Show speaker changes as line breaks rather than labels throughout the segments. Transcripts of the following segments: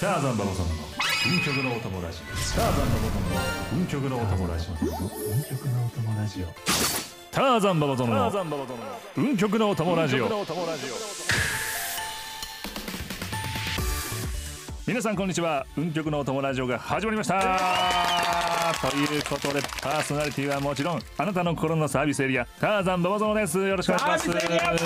ターザンババ様の運極のお友ラジオターザンババ様の運極のお友ラジオ運極のお友ラジオターザンババ様の運極のお友ラジオ皆さんこんにちは運極のお友ラジオが始まりましたということでパーソナリティはもちろんあなたの心のサービスエリアターザンババゾノですよろしくお願いし
サービ
ます
スエリア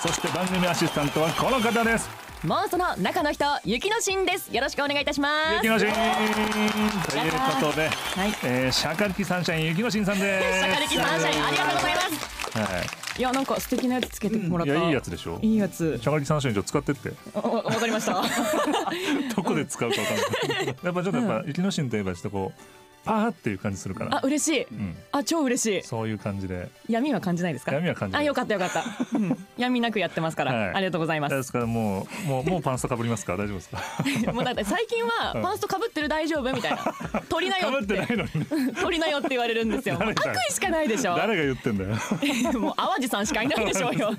そして番組アシスタントはこの方です
モンストの中の人雪の神ですよろしくお願いいたします
雪の神ということで、
はい
えー、シャカリキサンシャイン雪の神さんです
シャカリキサンシャインありがとうございます
はい
やなんか素敵なやつつけてもら
い、
っ
い
た、
やいいやつでしょ
いいやつ
シャカリキサンシャインちょっと使ってって
おおわかりました
どこで使うかわかんないやっぱちょっとやっぱ、雪の神といえばちょっとこうパーっていう感じするか
あ
ら、
嬉しい
うん、
あ超嬉し
そういう感じで
い闇は感じないですか
闇は感じない
あよかったよかった、うん闇なくやってますから、
はい
ありがとうございます
ですからもうもうもうパンストかぶりますか大丈夫ですか
もうだって最近は
うん
パンストかぶってる大丈夫みたいな取りな
か
よ
ぶ
っ
ってない
て
のにね
取りなよって言われるんですよも
誰
う
だよ
悪意しかないでしょ
誰が言ってんだよ
もう淡路さんしかいないでしょ うよ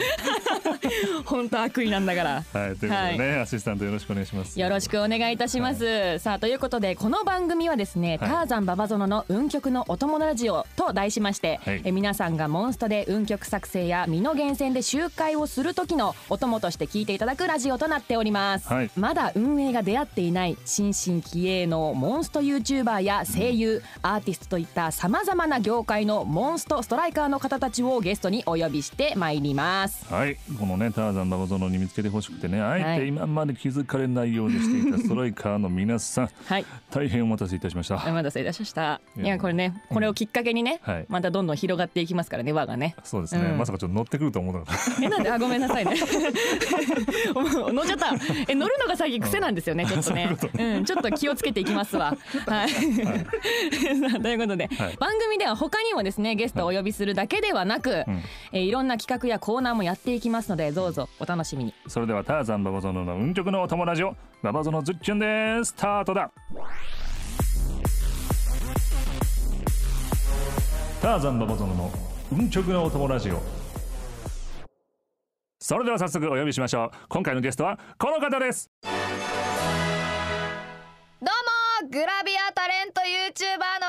本当悪意なんだから
はいということでね、アシスタントよろしくお願いします
よろしくお願いいたします。さあということでこの番組はです
は
ね、
い
ターザンババゾノの運極のお供ラジオと題しまして、
はい
え皆さんがモンストで運極作成や身の厳選で集会をする時のお供として聞いていただくラジオとなっております。
はい
まだ運営が出会っていない新進気鋭のモンスト YouTuber や声優、アーティストといったさまざまな業界のモンストストライカーの方たちをゲストにお呼びしてまいります。
はい、このねターザンババゾノに見つけてほしくてねあえて今まで気づかれないようにしていたストライカーの皆さん
はい
大変お待たせいたしました
お待たせいたしました。
い
い
や
や、これね、これをきっかけにね、
はい
またどんどん広がっていきますからね、輪が ね。
そうですね、
うん
まさかちょっと乗ってくると思うなかっ
え、なんで、あ、ごめんなさいね。 もう乗っちゃった。え、乗るのが最近癖なんですよね、ちょっとね。 うん、ちょっと気をつけていきます わ。はい。 さあということで、
はい
番組では他にもですね、ゲストをお呼びするだけではなく、
うん
え、いろんな企画やコーナーもやっていきますので、どうぞお楽しみに。
た それではターザンババゾノの運極のお友達をババゾノズッキュンでスタートだターザンババゾノの運極のお友達をそれでは早速お呼びしましょう今回のゲストはこの方です
どうもグラビアタレント YouTuber の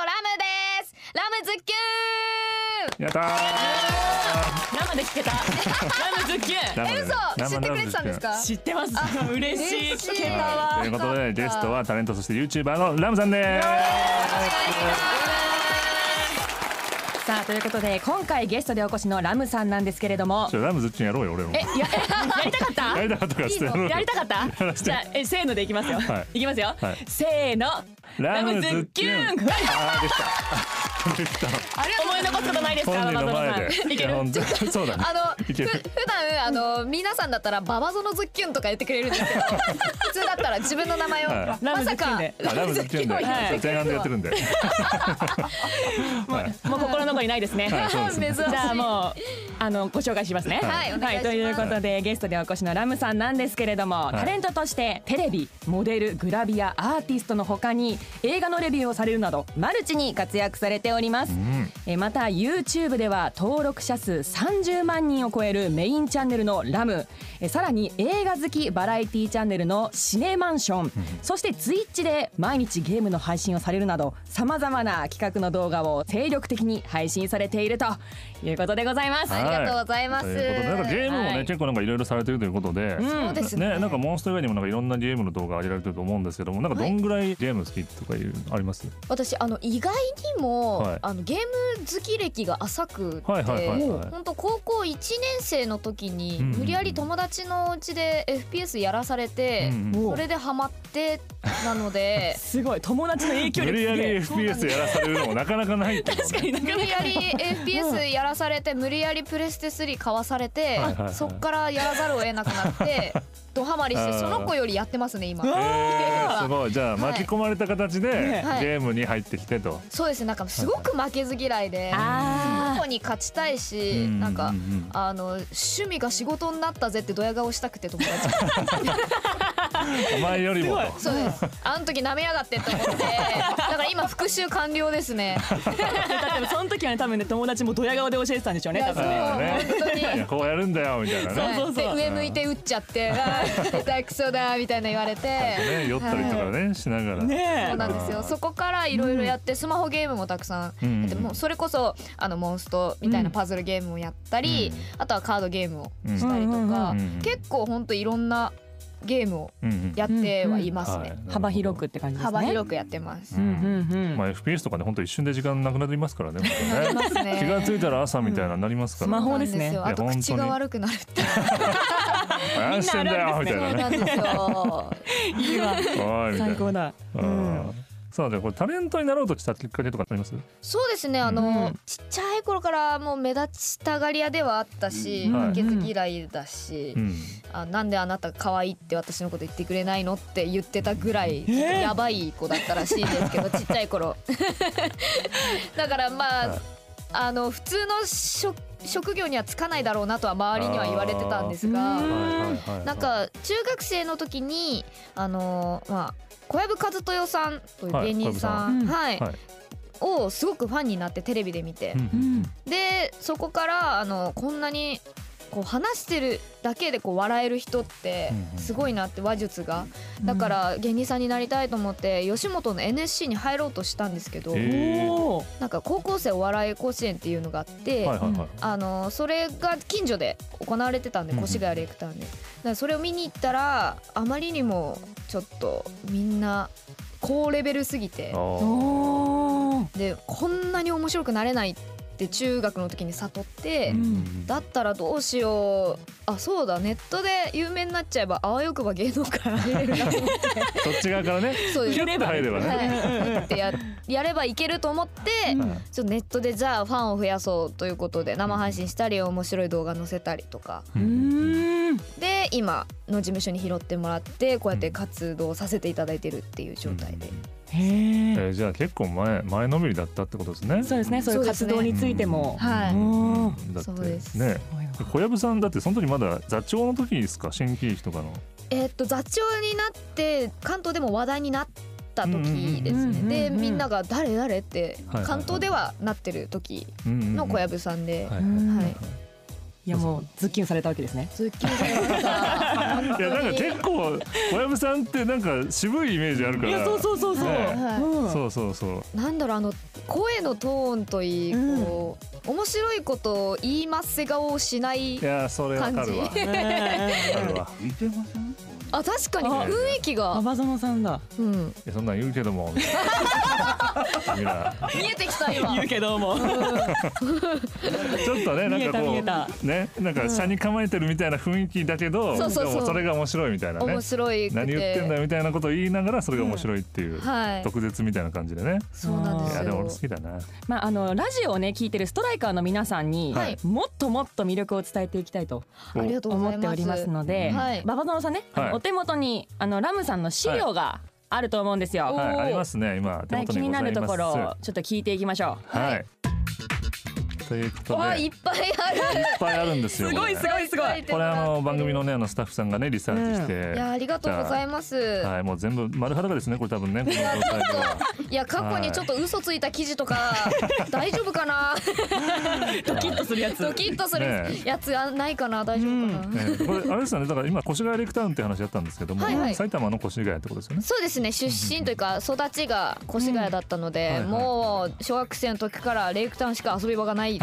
ラムですラムズッキュ
やったー
生で聞 けた。ラムズキュン。
ーンえ嘘知ってくれてたんですか
知ってます。嬉しい。
嬉しい
聞けた
は
わ
いとい。うこと
よか
で
った
ゲストはタレントそしてユーチューバーのラムさんです
さあということで今回ゲストでお越しのラムさんなんですけれども
ちょラムズッチンやろうよ俺も
えや やりたかった
やりたかったからしてやろうよ
やりたかったじゃあえせーのでいきますよ、
はい
い、きますよ、
はい
せーの
ラムズッキュン
ラムズッキュン
あ ーできたで きた
ありがとうござ
思い
います
残すことないですか
本人
バ
の
バゾノさ
前
ん
で
いける
本当にそうだね
あの
い
ふ
け
普
る
段あの皆さんだったらババゾのズッキュンとか言ってくれるんですけど普通だったら自分の名前を、
は
ラム
ま
ズ
さ
ッキュン
か
で
あラムズッチ ュン
ラムズッキュン
で
を
はい
言ってく
前
れ
半で
る
やっ
と
てるんで
もう心残りないですね、
はいそうですね
じゃあもうあのご紹介しますね
はいお願いします
ということでゲストでお越しのラムさんなんですけれども、
い
タレントとしてテレビモデルグラビアアーティストのほかに映画のレビューをされるなどマルチに活躍されております、えまた YouTube では登録者数30万人を超えるメインチャンネルのラムえさらに映画好きバラエティチャンネルのシネマンション、そして Twitch で毎日ゲームの配信をされるなどさまざまな企画の動画を精力的に配信されているということでございます。
はい
ありがとうございます
ということでなんかゲームもね、
はい
結構なんかいろいろされてるということで、
そうですね
ねなんかモンスト以外にもなんかいろんなゲームの動画上げられてると思うんですけどもなんかどんぐらいゲーム好きとかいうのあります、
私あの意外にも、
はい
あのゲーム好き歴が浅くて、
はいはいはいはい
本当高校1年生の時に
うんうんうん
無理やり友達のうちで FPS やらされて、
うんうん
お
それでハマってなので。
すごい友達の影響
無
力
理や
す
り
げえ
FPS やらされるのもなかなかな いっていう
確かになか
無
な
理
か
やり FPS やらされて無理やりプレステ3買わされて
はいはいはい
そっからやらざるを得なくなってドハマりしてその子よりやってますね今
うわ
えー、
あー
すごいじゃあ巻き込まれた形で、
はい
ゲームに入ってきてと、
そうですねなんかすごく負けず嫌いで その
あ
子に勝ちたいし
う
なん
う
か
ん
あの趣味が仕事になったぜってドヤ顔したくて友達
お前よりもと
そうですあの時舐めやがってと思 ってだから今復習完了ですね
だってその時はね多分ね友達もドヤ顔で教えてたんでしょうね
いや
多分
そう
ね
ね
本当に
いやこうやるんだよみたいな
そう
ね
そうそう
で上向いて打っちゃ ってあー下手くそだみたいな言われて
ね酔ったりとかねしながら
ね
そうなんですよ。そこからいろいろやって、スマホゲームもたくさ
う
ん
ん
やって、もうそれこそあのモンストみたいなパズルゲームをやったり、あとはカードゲームを
うん
したりとか、
うんうん
結構本当いろんなゲームを
うんうん
やってはいますね。
はいなるほど
幅広くって感じですね
幅広くやってます。
うんうんうん
まあ FPS とかね本当一瞬で時間なくなりますからね本
や
当
り
ね
ますね。
気がついたら朝みたいななりますか
スマ
ら
ホですね
そうなんですよあと口が悪くなるって。
何してんだよみ
み
た
ん
い
な
そうな
なね
んですよ。
いい わ
おいみたい
最
な
高だ
う
うん
んさあじゃあこれタレントになろうとしたきっかけとかあります
そうですねあの、
うん
ちっちゃい頃からもう目立ちたがり屋ではあったし、
うん
負けず嫌いだし、
うん
あなんであなた可愛いって私のこと言ってくれないのって言ってたぐらいちょっとやばい子だったらしいんです けど、ちっちゃい頃 だからまあ、
はい
あの普通の職職業にはつかないだろうなとは周りには言われてたんです
あー
が
はいはいはい
なんか中学生の時にあのまあ小籔和豊さんという芸人さん、
は
はい
小籔さんうんはい
をすごくファンになってテレビで見て
う、んうん
でそこからあのこんなにこう話してるだけでこう笑える人って
うんうん
すごいなって話術がだから芸人さんになりたいと思って吉本の NSC に入ろうとしたんですけど
え
おお
なんか高校生お笑い甲子園っていうのがあって、
はいはいはい
あのそれが近所で行われてたんで
うんうん
越谷レイクタウンでだからそれを見に行ったらあまりにもちょっとみんな高レベルすぎて
あー
おー
でこんなに面白くなれないって中学の時に悟って。
うん
だったらどうしようあそうだネットで有名になっちゃえばあわよくば芸能界入れる なと思って
そっち側からね
そうです
キュッと入ればね
はい、ってややればいけると思って、
うん
はい
ちょっとネットでじゃあファンを増やそうということで生配信したり面白い動画載せたりとか
うーん
で今の事務所に拾ってもらってこうやって活動させていただいてるっていう状態で、
へ
え
え
ーじゃあ結構前前のめりだったってことですね
そうですねそういう活動についても
はい
うんだっ
そうで
て
す
ね小籔さんだってその時まだ座長の時ですか新喜劇とかの
えーっと座長になって関東でも話題になった時です
うんうんうんうんうん
ねでみんなが「誰誰?」って
はいはいはい
関東ではなってる時の小籔さんで、
はい
うん
はい
いやもうズッキュンされたわけですね
ズッキーンさん が
いやなんか結構小籔さんってなんか渋いイメージある
い
から
やそうそうそうそう
ね
うん
そうそうそう
なんだろうあの声のトーンといい、
うん
こう面白いことを言いませ顔をしない
いやそれわかるわわ
感
か
じ
るわ
似てません
あ確かに
あ
雰囲気
馬
が、
場園さんだ
うん、
いやそんなん言うけどもみたいな
見えてきた今
言うけども
ちょっとねなんか
見
こ
えた見
うねなんか車に構えてるみたいな雰囲気だけど、
そうそうそう
でもそれが面白いみたいなね
面白いくて
何言ってんだよみたいなことを言いながらそれが面白いっていう、
はい
毒舌みたいな感じでね
そうなんで
い
す
やでも
よ
俺好きだな
まああのラジオをね聞いてるストライカーの皆さんに
はい
もっともっと魅力を伝えていきたいと
ありがとうご
思
ざ
っ
い
てお
ま
り
す
ますので
はい
馬場園さんねあの
はい
お手元にあのラムさんの資料があると思うんですよ
おはい
おー
ありますね今手
はい
元
気
に
に
ござ
ない
ます
るところをちょっと聞いていきましょ
はい、
はい
ということ
わ
で
い
い
っぱいある
っぱいあるんですよ
うすごい
こ
す
れ
ごいすごい
これあの番組のねあのスタッフさんがねリサーチして、
いやありがとうございます、
はいもう全部丸裸ですねこれ多分ねこの状態では
いや過去にちょっと嘘ついた記事と か大丈夫かな
ドキッとするやつ
ドキッとす
ね
るやつあないかな大丈夫かな、
えーこれあれですよねだから今越谷レイクタウンって話だったんですけども、
はいはい
埼玉の越谷ってことですよね
そうですね出身というか育ちが越谷だったので、
うん
もう小学生の時からレイクタウンしか遊び場が ない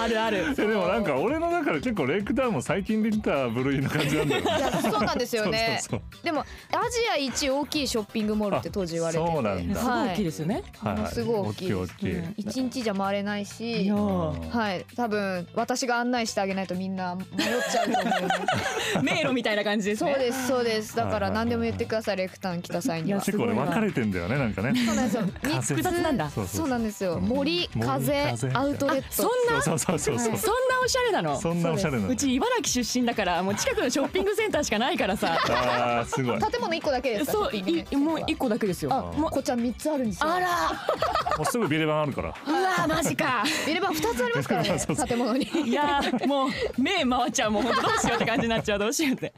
あるある
えでもなんか俺の中で結構レイクタウンも最近できた部類な感じなんだよね
いやそうなんですよね
そうそう
でもアジア一大きいショッピングモールって当時言われてて
あそうなんだ
すごい
は
大きいで
い、
すよね
そうはい、
すごい大きい
大きい大きい、
一日じゃ回れない
い
し
や
はい多分私が案内してあげないとみんな迷っちゃうと思う
迷路みたいな感じです
そう
ね
ですそうですだから何でも言ってくださいレイクタウン来た際には
や
そ
結構ね
すごいな
分かれてんだよねなんかね
うなんですよ
風
三
複雑なんだ
つそうなんですよ
うん
森
森
風風
風
アウトレッ
そん
ト
な
そうそうそうそう
そんなおしゃれなの
そんなおしゃれなの
うち茨城出身だからもう近くのショッピングセンターしかないからさ
あーす ごいも
建物一個だけですか
そう
ショッピング
い
ね
いもう一個だけですよ
あ
もう
こっちは三つあるんですよ
あら
うすぐビレバンあるから
うわーマジか
ビレバン二つありますから
そう
ね
そうそう
建物に
いやーもう目回っちゃうもうほんとどうしようって感じになっちゃうどうしようって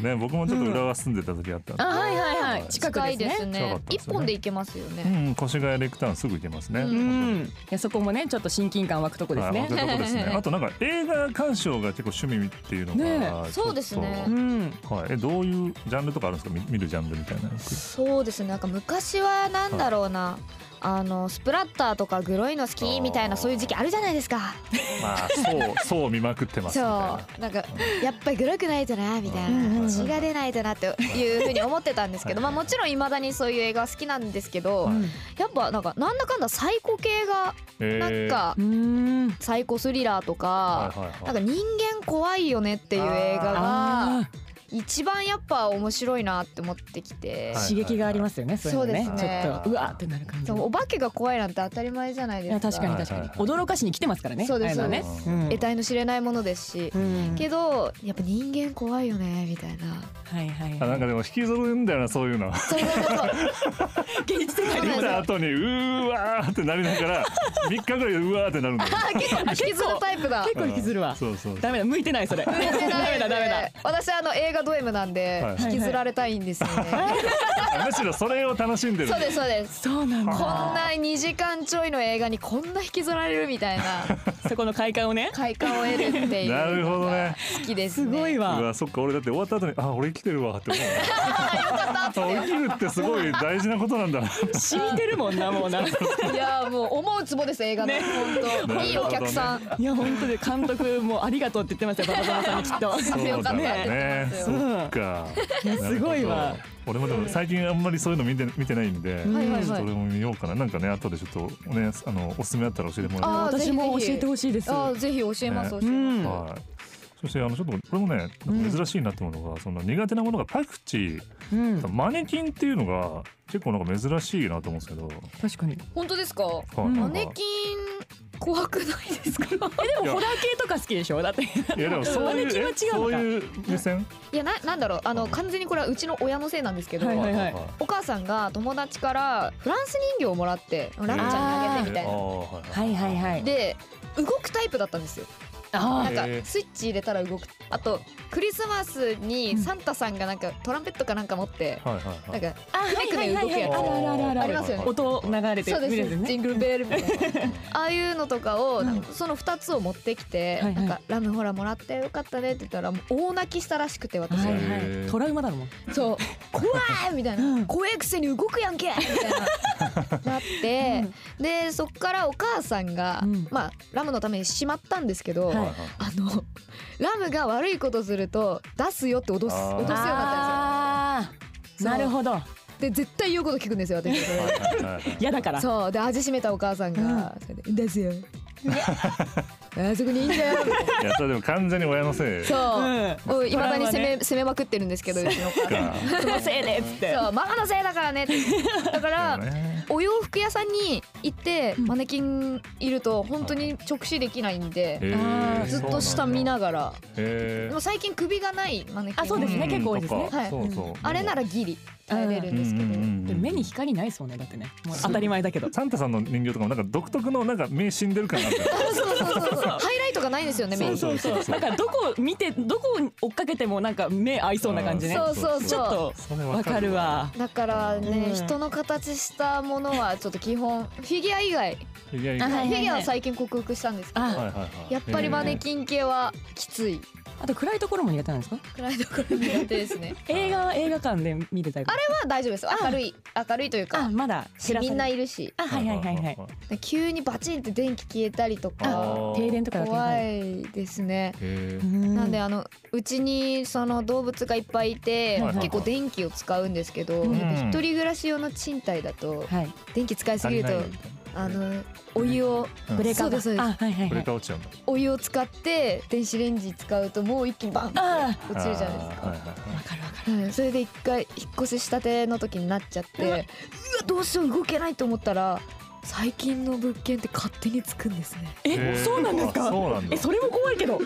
ね僕もちょっと浦和住んでた時あったんで
あはいはいはい近
近
く
い
で
ですす
ね
近か
ね
ったです
一
ね
本で行けますよ
う
ね
ん越谷レイクタウンすぐ行けますね
う
うんいやそこもねちょっと親近感湧くとこです
はい
ね
本当にそうで すねあとなんか映画鑑賞が結構趣味っていうのが、
ね
ね、
そうですね
うん
はい、えどういうジャンルとかあるんですかみ見るジャンルみたいなの
そうですねなんか昔はなんだろうなあのスプラッターとかグロいの好きみたいなそういう時期あるじゃないですか
まあそう そう見まくってます
そ
み
う
たいな
なんかやっぱりグロくないとなみたい
うん
な血が出ないとなっていうふうに思ってたんですけどまあもちろんいまだにそういう映画好きなんですけど
はい
やっぱなんかなんだかんだサイコ系がなん
えー
か
うん
サイコスリラーと
は
か
いはいはい
なんか人間怖いよねっていう映画が
あ
一番やっぱ面白いなって思ってきて
ー
はい
刺激がありますよねそういうのね
そうですね
ちょっとうわーってなる感じ
そうお化けが怖いなんて当たり前じゃない
い
で
や
すか
確かに確か
は
に
いはい
驚かしに来てますからね
そうです
ああいの
そう
です
ね
得体の知れないものですし
うん
けどやっぱ人間怖いよねみたい な
はいはい
あ
は
なんかでも引きずるんだよなそういうの
そうそうそうそう
い現実世界
そうで
で
見
す
た後にうーわーってなりながら3日ぐらいうわーってなるん だよ
あ結構引きずるタイプだ
結構引きずるわ
そうそうそう
ダメだ向いてないそれダメだダメだ
私あの映画ド M なんで
はい
引きずられたいんですよね、
あむしろそれを楽しんで る
そうですそうです
そうなん
こん
だ
な2時間ちょいの映画にこんな引きずられるみ たいな
そこの快感をね
快感を得るっていう
なるほどね
好きです
す
ね
ごいうわ
わそっか俺だって終わった後にあ俺生きてるわって思うあ生きるってすごい大事なことなんだなって
染みてるもんなもうな
いやもう思うツボです映画の、
ね
本当、
ね
いいお客さん、
いや本当で監督もうありがとうって言ってましたよ馬場園さんにきっと
そうだね
ね
そっか
やすごいわ
なるほど俺もでも最近あんまりそういうの見て見てないんで
はいはい
ちょ
は
っと
い
俺も見ようかななんかね後でちょっとねあのおすすめあったら教えてもらえ
あー
私も
ぜひぜひ
教えてほしいです
あーぜひ教えます、教えます
う
た
ん
らはいそしてあのちょっとこれもねなんか珍しいなと思うのが、その苦手なものがパクチ
うん
ーマネキンっていうのが結構なんか珍しいなと思うんですけど、
確かに
本当ですか
はい
マネキン怖くないですか
でもホラー系とか好きでしょだって
いやでもそういう
マネ
え
キンは違う
そ
の
う
か
いう目線
いやななんだろうあの完全にこれはうちの親のせいなんですけど、
はいはい
お母さんが友達からフランス人形をもらってラムちゃんにあげてみたい
あ
な
ー
はいはいはい
で動くタイプだったんですよ
あ
な
あ
んか
へー
スイッチ入れたら動くあとクリスマスにサンタさんがなんかトランペットかなんか持って
はいはいは
ないんかくねくね動くや
つ
あるあるある
ありますよね
音流れて
そうです
見
そうで
れて
すジ
ね
ングルベールみたいなああいうのとかを
うん
なんかその2つを持ってきて
はいはい
なんかラムほらもらってよかったねって言ったらもう大泣きしたらしくて私
はい
へ
は
ー
いトラウマだもん
そう怖いみたい
うん
な怖いくせに動くやんけみたいななってでそっからお母さんが
うん
まあラムのためにしまったんですけど
はい
はい
あのラムが悪いことすると出すよって脅す
あ
脅すよ
ー
うになったん
あ
そ
ー
う
なるほど
ですよで絶対言うこと聞くんですよ私それ
はいはいはい
嫌だから
そうで味しめたお母さんがそれで「出すよ」 あそこにいいん だよ
いやそれでも完全に親のせい
うん
そういまだに攻
それは
め
ね
攻めまくってるんですけどうちのお母さん
か
そのせいでっつって
そうママのせいだからねってだから
ね
お洋服屋さんに行ってマネキンいると本当に直視できないんで
へー
ずっと下見ながら
へ
で
ー
も最近首がないマネキン
あそうですね結構多いですね
とか
はい
そうそう
あれならギリ耐えれるんですけ
うんうんうん
ど
うん
でも目に光ないですもんねだってねもう当たり前だけど
サンタさんの人形とかもなんか独特のなんか目死んでる感があるじゃん
そうそうそうそうハイライトがないですよねメイン
そうそうそう
なんかどこを見てどこを追っかけてもなんか目合いそうな感じね
そうそうそう
ちょっと
それ
わかるわ
だからね、
うん
人の形したものはちょっと基本フィギュア以外、
いやいや
あ
は
はいい
フィギュアは最近克服したんですけど
はい
あ
はい
やっぱりマネ
ン
キン系はきつい
あと暗いところも苦手なんですか
暗いところ苦手ですね
映画は映画館で見てたりとか
まあ大丈夫です明るい明るいという
あ
か
まだ照らされ
みんないるし
あはいはいはいはい
急にバチンって電気消えたりとか
あー
停電とかだと
怖いですね
へ
なんで
あ
あのうちにその動物がいっぱいいて
はいはいはい
結構電気を使うんですけど
うん
やっぱ一人暮らし用の賃貸だと
はい
電気使い
ー
すぎると
足りない
あのお湯を
うん
ブレーカー
そうですそうです
あはいはい
ブレー
はい
カー落ちちゃうんだ
お湯を使って電子レンジ使うともう一気にバンって
あ
落ちるじゃないですか、
あーはいはい
ー
は
わかるわか
はいそれで一回引っ越ししたての時になっちゃってうわどうしよう動けないと思ったら最近の物件って勝手につくんですね
へ
え
ー
そうなんです
あ
か
そうなんだ
えそれも怖いけど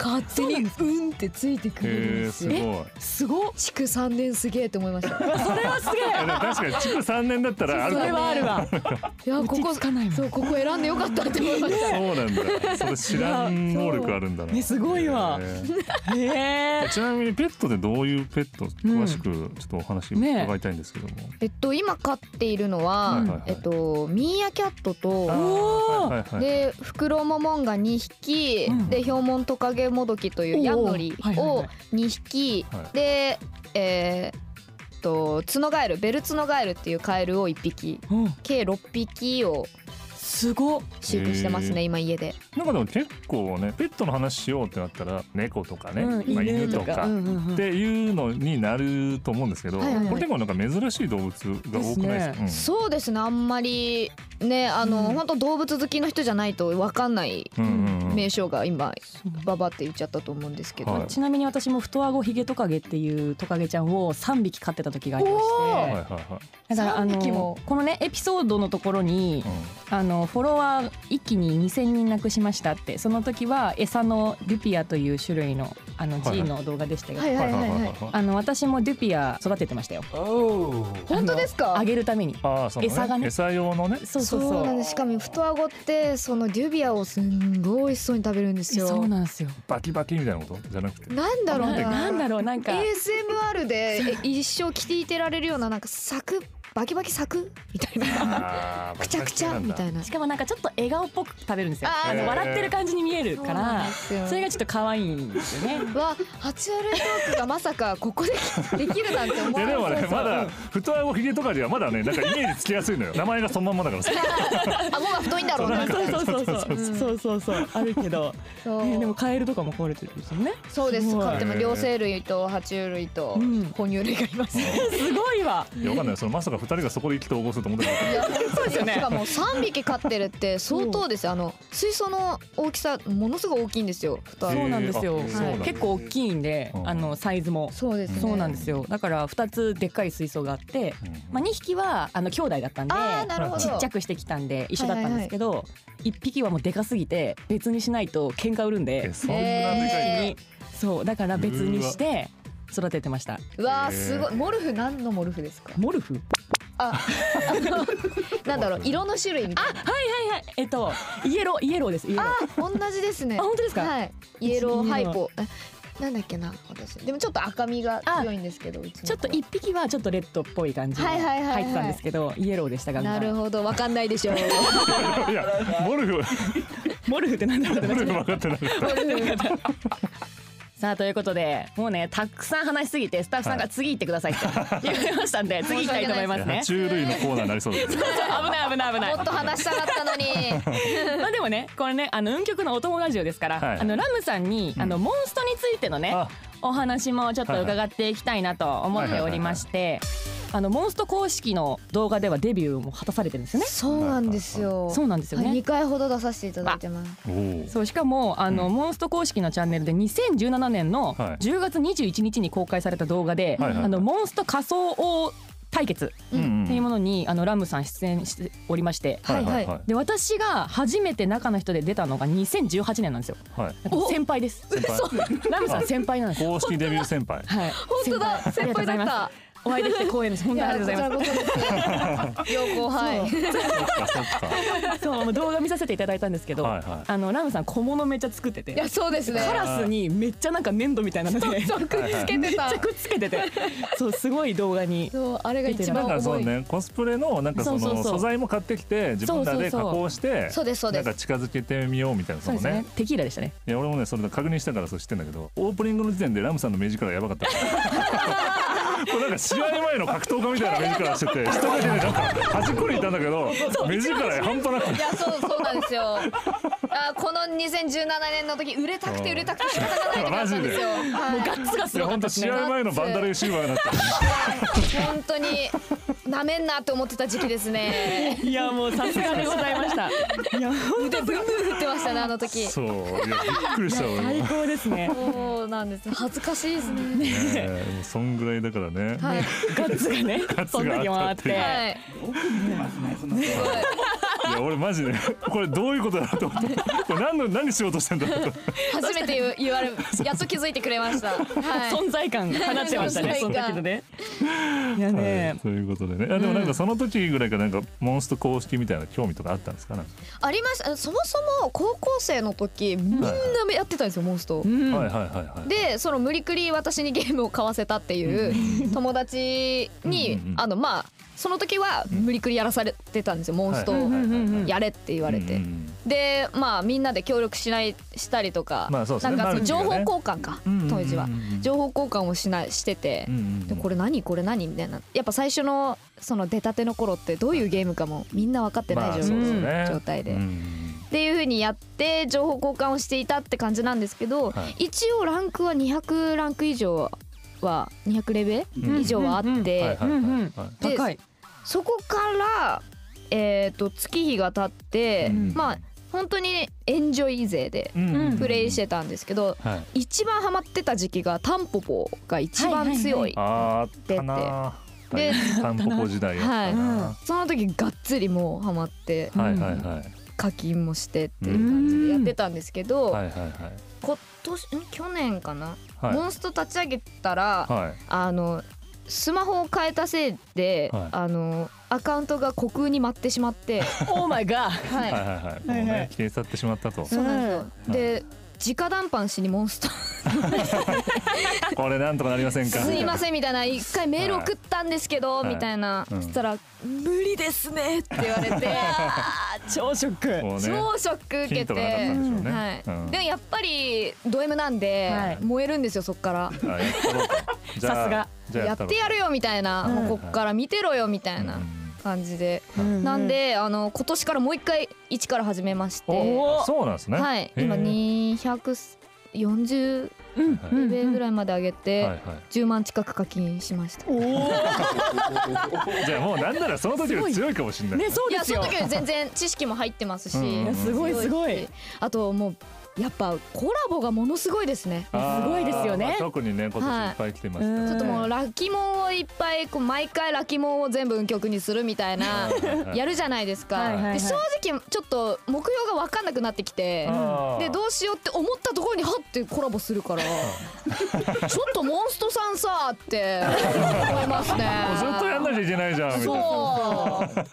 勝手
そうな
に
んです
うんってついてくれるん
へ
で
え
す
す
よ
ごい
え
い
すごっ
築3年すげえって思いました
それはすげえ
やでも確かに築3年だったらある
そ
か
れ
も
はあるわ
いやこ
落
こ
ち着かないもん
そうここ選んでよかったって思いました
そうなんだそれ知らん能力あるんだな、
いやそうねすごいわ
へえ
へえ
ちなみにペットでどういうペット詳しくちょっとお話
ねえ
伺いたいんですけども、
えっと今飼っているのは、
はいはいはい
えっとミーアキャット
あ
と
ーはいはいはい
でフクロモモンガ2匹、
うん
でヒョウモントカゲモドキというヤンノリ
おーはいはいは
を
い
2匹、
はい
でえーっとツノガエルベルツノガエルっていうカエルを1匹
うん
計6匹を
すごっ
飼育してます
へー
ね今家で
なんかでも結構ねペットの話しようってなったら猫とかね、
うん
まあ、犬
犬
と
と
か
かうんうんうん
っていうのになると思うんですけど、
はいはいはい
これ結構なんか珍しい動物が多くないですか
そうですねあんまりねあの、
うん
本当動物好きの人じゃないと分かんない
うんうんうんうん
名称が今ババって言っちゃったと思うんですけど、
はい
ちなみに私も太あごヒゲトカゲっていうトカゲちゃんを3匹飼ってた時がありまし
お
はい
て
はいは
だからあ
3匹
の
も
このねエピソードのところに
い、うん
あのフォロワー一気に2,000人なくしましたってその時は餌のデュピアという種類のあの
はい
G の動画でしたよ、
はいはいはいはい
あの私もデュピア育ててましたよ
本当ですか
あげるために
ああそう、ね、
餌がね
餌用のね
そう
そ
そううそう
なんですしかも太あごってそのデュビアをすんごい美味しそうに食べるんですよ
そうなんですよ
バキバキみたいなことじゃなくて
なんだろう
な
な
なんだろうなんか
ASMR でえ一生着ていてられるようななんかサクバキバキサクみたいな
あ ーバ
く
キ
ちゃ
バ
く
キ
ちゃ
なん
み
だ
たいな
しかもなんかちょっと笑顔っぽく食べるんですよ
あー
あの笑ってる感じに見える
そう
か
なん
ら
ですよ
それがちょっと可愛いんですよね
わ爬虫類トークがまさかここでできるなんて思
い
わ
や
な い
でもねまだ太あごひげとかではまだねなんかイメージつきやすいのよ名前がそのまんまだからさ
顎が太いんだろうな
そうそうそうそうそうそうそうあるけど、
そう
ね、でもカエルとかも壊れてるんですよね
そうです
すごい
飼っても両生類と爬虫類と
うん
哺乳類がいます、
すごいわ
いやわかんないそのまさか二人がそこで意気投合すると思ってなかっ
いや本当に
ですよね
しかも3匹飼ってるって相当ですよあの水槽の大きさものすごい大きいんですよ蓋
へー
そうなんですよ、
あ
そうなんだ
結構大きいんで、
うん
あのサイズも
そうですね
そうなんですよだから2つでっかい水槽があって、
た、うん
まあ、2匹はあの兄弟だったんで
ああなるほど
ちっちゃくしてきたんで一緒だったんですけど、一1匹はもうでかすぎて別にしないと喧嘩売るん
え
で
そんなでかい
え
の
にそうだから別にして育ててました
うわー
へー
すごいモルフ何のモルフですか
モルフ
ああのなんだろう色の種類みたいな
はいはいえっとイエローイエローですイエローあ
同じですね
本当ですか、
はいイエロ
う
ー
ち
ハイポえなんだっけな私でもちょっと赤みが強いんですけどうちの子
ちょっと1匹はちょっとレッドっぽい感じが
はいはいはいはい
入ってたんですけど、イエローでしたが
なるほどわかんないで しょう
いやモルフ
モルフってなんだろうって
モ
なっ
ル
ち
フ
ゃ
分か
った
ってなかっ
さあということでもうねたくさん話しすぎてスタッフさんが次行ってくださいって言われましたんで次行きたいと思いま
た
す
爬
ね。
虫類のコーナーになりそうですね
そう危ない危ない危ない。
もっと話したかったのに
まあでも ねこれねあの運極のお友ラジオですから、
はい
あのラムさんに、
うん
あのモンストについてのね
あ
お話もちょっと伺っていきたいなと思っておりまして、あのモンスト公式の動画ではデビューも果たされてるんですよね。
そうなんですよ
そうなんですよ
はい
ね
二。回ほど出させていただいてます
おお
そうしかもあの、
うん
モンスト公式のチャンネルで2017年
は
の
い
10月21日に公開された動画で、
はいはい
あのモンスト仮想王対決
うん
っていうものにあのラムさん出演しておりまして、
はいはい
は
は
で私が初めて中の人で出たのが2018年なんですよ。
いはい
だから先輩で す。
先輩
ラムさん先輩なんですよ。
公式デビュー先輩
はい。
本当だ先輩だった
お会いできて光栄です。本当にありがとうござい
います要後輩
そっかそっか
ます。そう、もう動画見させていただいたんですけど、
はいはい
あのラムさん小物めっちゃ作ってて
い、やそうですね
カラスにめっちゃなんか粘土みたいなので、めっち
そうくっつけてた
ゃくっつけてて、そうすごい動画に。
そうあれが一番
なんかそ
重
う
い
ねコスプレのなんかそ
そうそ
の
うそう
素材も買ってきて自分らで加工して
そうですそうです
なんか近づけてみようみたいな
そうですね。テキーラでしたね。
いや俺もねそれ確認したからそう知ってんだけどオープニングの時点でラムさんの目力やばかったこれなんか試合前の格闘家みたいな目力してて一人でねなんか端っこにいたんだけど目力半端なく て
いやそうそうなんですよあこの2017年の時売れたくて売れたくて仕方がない時だったんですよ
マ
はい
ガッツがすごか
本
った
当
です
試
ね
合前のバンダレーシーバーだった
本当になめんなって思ってた時期ですね
いやもうさすがでございましたいや本当
ブンブン振ってましたねあの時
そういやびっくりした俺
最
も
高ですね
そうなんです恥ずかしいですね
ねもうそんぐらいだからね
はい
ガッツがね
ツ
そん
が
だけ
あ
回
っ
った
って
て、
いう
はいすごい
いや俺マジでこれどういうことだろうと思ってこれ何の何しようとしてんだろうと
初めて言う言われやっと気づいてくれましたはい
存在感放ってましたねそ
存在感
の時のねいやね、
ということでねあでもなんかその時ぐらいからなんかモンスト公式みたいな興味とかあったんですかね、
ありましたそもそも高校生の時みんなやってたんですよモンスト
うん
はいはいはいはい
でその無理くり私にゲームを買わせたっていう友達に
うんうんうん
あのまあその時は無理くりやらされてたんですよモンスト
はい
を
はいはいはい
やれって言われて、
うんうん
でまあみんなで協力しないしたりとか、
まあそうです
な
ね
んかその情報
マルチがね
交換か、
うんうんうん
当時は情報交換をしないしてて、
うんうん
でこれ何これ何みたいなやっぱ最初のその出たての頃ってどういうゲームかもみんな分かってない状,、
そうですね
状態で、
う
っ
ん
ていう風にやって情報交換をしていたって感じなんですけど、
はい
一応ランクは200ランク以上は200レベ
うん
ル以上はあって、
はいはいはい
うんうん
はい
で
高い
そこから、えー、と月日が経って、
うん
まあ本当にエンジョイ勢で
うんうんうん
プレイしてたんですけど、
はい
一番ハマってた時期がタンポポが一番強い,、
あーあったな
で
タンポポ時代やった な
その時がっつりもうハマって
はいはいはい
課金もしてっていう感じでやってたんですけど、
はいはいはい
今年ん去年かな、
はい
モンスト立ち上げたら、
はい
あのスマホを変えたせいで、
はい
あのアカウントが虚空に舞ってしま って、
オーマイガー
はい
はいはいはいもう
はいはい
ね消え去ってしまったと
そうなんですよ。で直談判しにモンスト
これなんとかなりませんか
すいま
ん
せんみたいな一回メール送ったんですけど
はい
みたいな
うん
そしたら「無理ですね」って言われ て
超ショック
もうね
超ショック受
ヒ
け
ントがなかった
て
ん。でしょうね
はい
うん
でもやっぱりド M なん
は
で
い
燃えるんですよそっから
あやったろうかじゃあ
さすが
じゃあ
やってやるよみたいな
うん
もうこっから見てろよみたい
たろう
な
うん
感じで
うん
なんであの今年からもう一回一から始めまして
お
あそうなんですね
はい今
へ
240
うん
は
うん
上ぐらいまで上げ
ー
て
はいは
10万近く課金しました。
いじゃあもうなんならその時より強いかもしれない
ねそう
い
で
や
す
そ
よ
の時より全然知識も入ってますし、
うんうんうんいや
すごいすごい
あともうやっぱコラボがものすごいですね
あー
すごいですよね
まあ特にね今年いっぱい来てますから
はい
ちょっとも
う
うんラッキモンをいっぱいこう毎回ラッキモンを全部運曲にするみたいな
はい
やるじゃないですか、
はいはいはい
で正直ちょっと目標が分かんなくなってきて
あー
でどうしようって思ったところにハッてコラボする からちょっとモンストさんさーって思いますね
もうずっとやんなきゃいけないじゃんみたいな
そ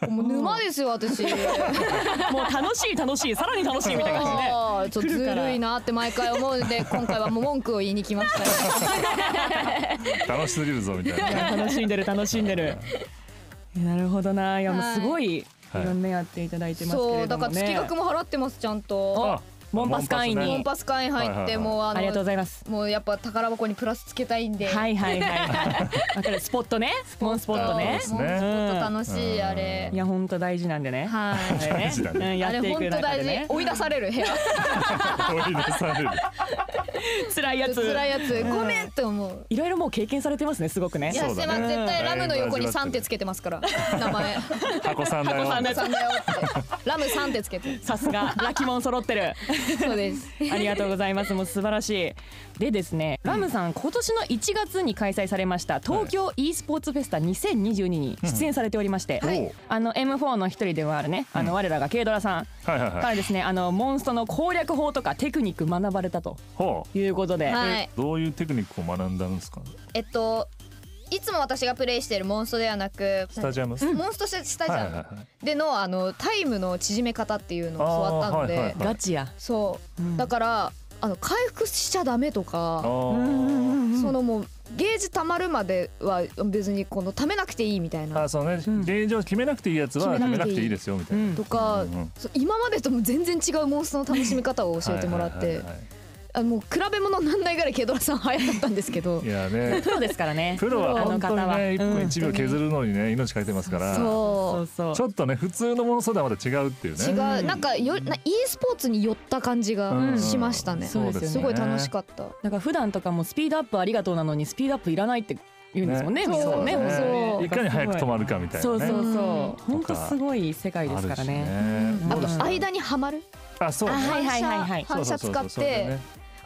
うもう沼ですよ私
もう楽しい楽しいさらに楽しいみたいな感じで
あーちょっとずるいなって毎回思うん で今回はもう文句を言いに来ましたよ
楽しすぎるぞみたいな
楽しんでる楽しんでるいやなるほどないやもうすごい、
はい
い、ろんなやっていただいてますけ
そ
れ
う
ど
だ
も
から
ね
月額も払ってますちゃんと
あ
モンパス会員
モ
に
コ
ね
ンパス会員入
はい
っ
はいは
て
い
もうあ
ありがと
の
うございます
もうやっぱ宝箱にプラスつけたいんで
はいはいはいはいわかるスポットねモンスポットね
そ
も
う
うちょ
で
っ
す
と
ね
楽しいあれ
いや本当大事なんでね
はい
これね
大事だね
うん、や
あ
っ
れ
てい
本
く
当
中
大
で
事
ね
追い出される部 屋
追い出される
辛いやつ
辛いやつごめんって思う
いろいろもう経験されてますねすごくね
いや
そ
し
う
て
だね
ます絶対ラムの横に
うん
3手つけてますから名前
箱さんだよ
箱さんだよ
さんだよってラム3手つけてる
さすがラキモン揃ってる
そうです
ありがとうございますもう素晴らしいでですねラムさん今年の1月に開催されました東京 e スポーツフェスタ2022に出演されておりまして、
うんはい
あの M4 の一人でもあるねあの我らがケイドラさん
はいはい
か
は
ら
い
ですねあのモンストの攻略法とかテクニック学ばれたと
ほう
いうことで、
はい
えどういうテクニックを学んだんですか
えっといつも私がプレイしてるモンストではなく
スタジアム
モンストスタジ
はい
ア
はいは
ム
い
でのあのタイムの縮め方っていうのを教わったの
あーはい
で
はい
ガチや
そう、
うん
だからあの回復しちゃダメと
あ
か
ー
そのもうゲージ溜まるまでは別にこの溜めなくていいみたいな
あそうね
ん
現状決めなくていいやつは
決
決め
め
な
な
く
く
て
て
い
い
い
い
ですよみたいな
うん
とか、
うんうん
そう今までとも全然違うモンストの楽しみ方を教えてもらって
はいはいはいはい
あもう比べ物になんないぐらいケドラさん早かったんですけど
いやね
プロですからね
プロは
あの
本当
方
に
は
ね一
う
分
ん
一秒削るのにね命かけてますから
そ
そううそう
ちょっとね普通のものそうではまた違うっていうね
違うなんかよな e スポーツに寄った感じ
う
が
ん
しましたね、
そうですよね
すごい楽しかった、
なんか普段とかもスピードアップありがとうなのにスピードアップいらないって言うんですもん
ね
ねみんなもね
そう
本当
そう
に
いかに早く止まるかみたいな
そう
ね
そうそう
うん
本当すごい世界ですからね
あ
あ
るしねどうでし
と間にはまる
たあそうね
あはいはいはいはい
反射
そう
反
そ
射使っ
うそうそうそれで
て
ね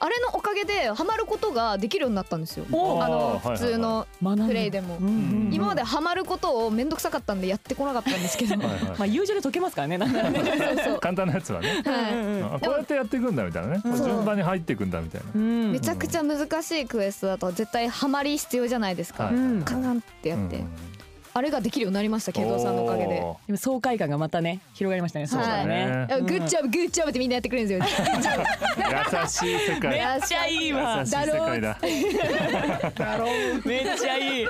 あれのおかげではまることができるようになったんですよ
おー
あの
はいはいは
普
い
通の
学んだ
プレイでも
うんうんうん
今まではまることを面倒くさかったんでやってこなかったんですけど
はいはい
まあ友情で解けますからねなんならね
そうそう
簡単なやつはね
はい
あこうやってやっていくんだみたいなね
うん
順番に入っていくんだみたいな
うん
めちゃくちゃ難しいクエストだと絶対ハマり必要じゃないですか、
はい
うん
カンカンってやって、
うん
あれができるようになりましたケイトさんのおかげで
お
でも爽快感がまたね広がりましたね
そうだ
ね
いやグッジ
ャ
ョブグッジョブってみんなやってくれるん ですよ
ー優しい世界
めっちゃいいわ
優しい世界だ
めっちゃいい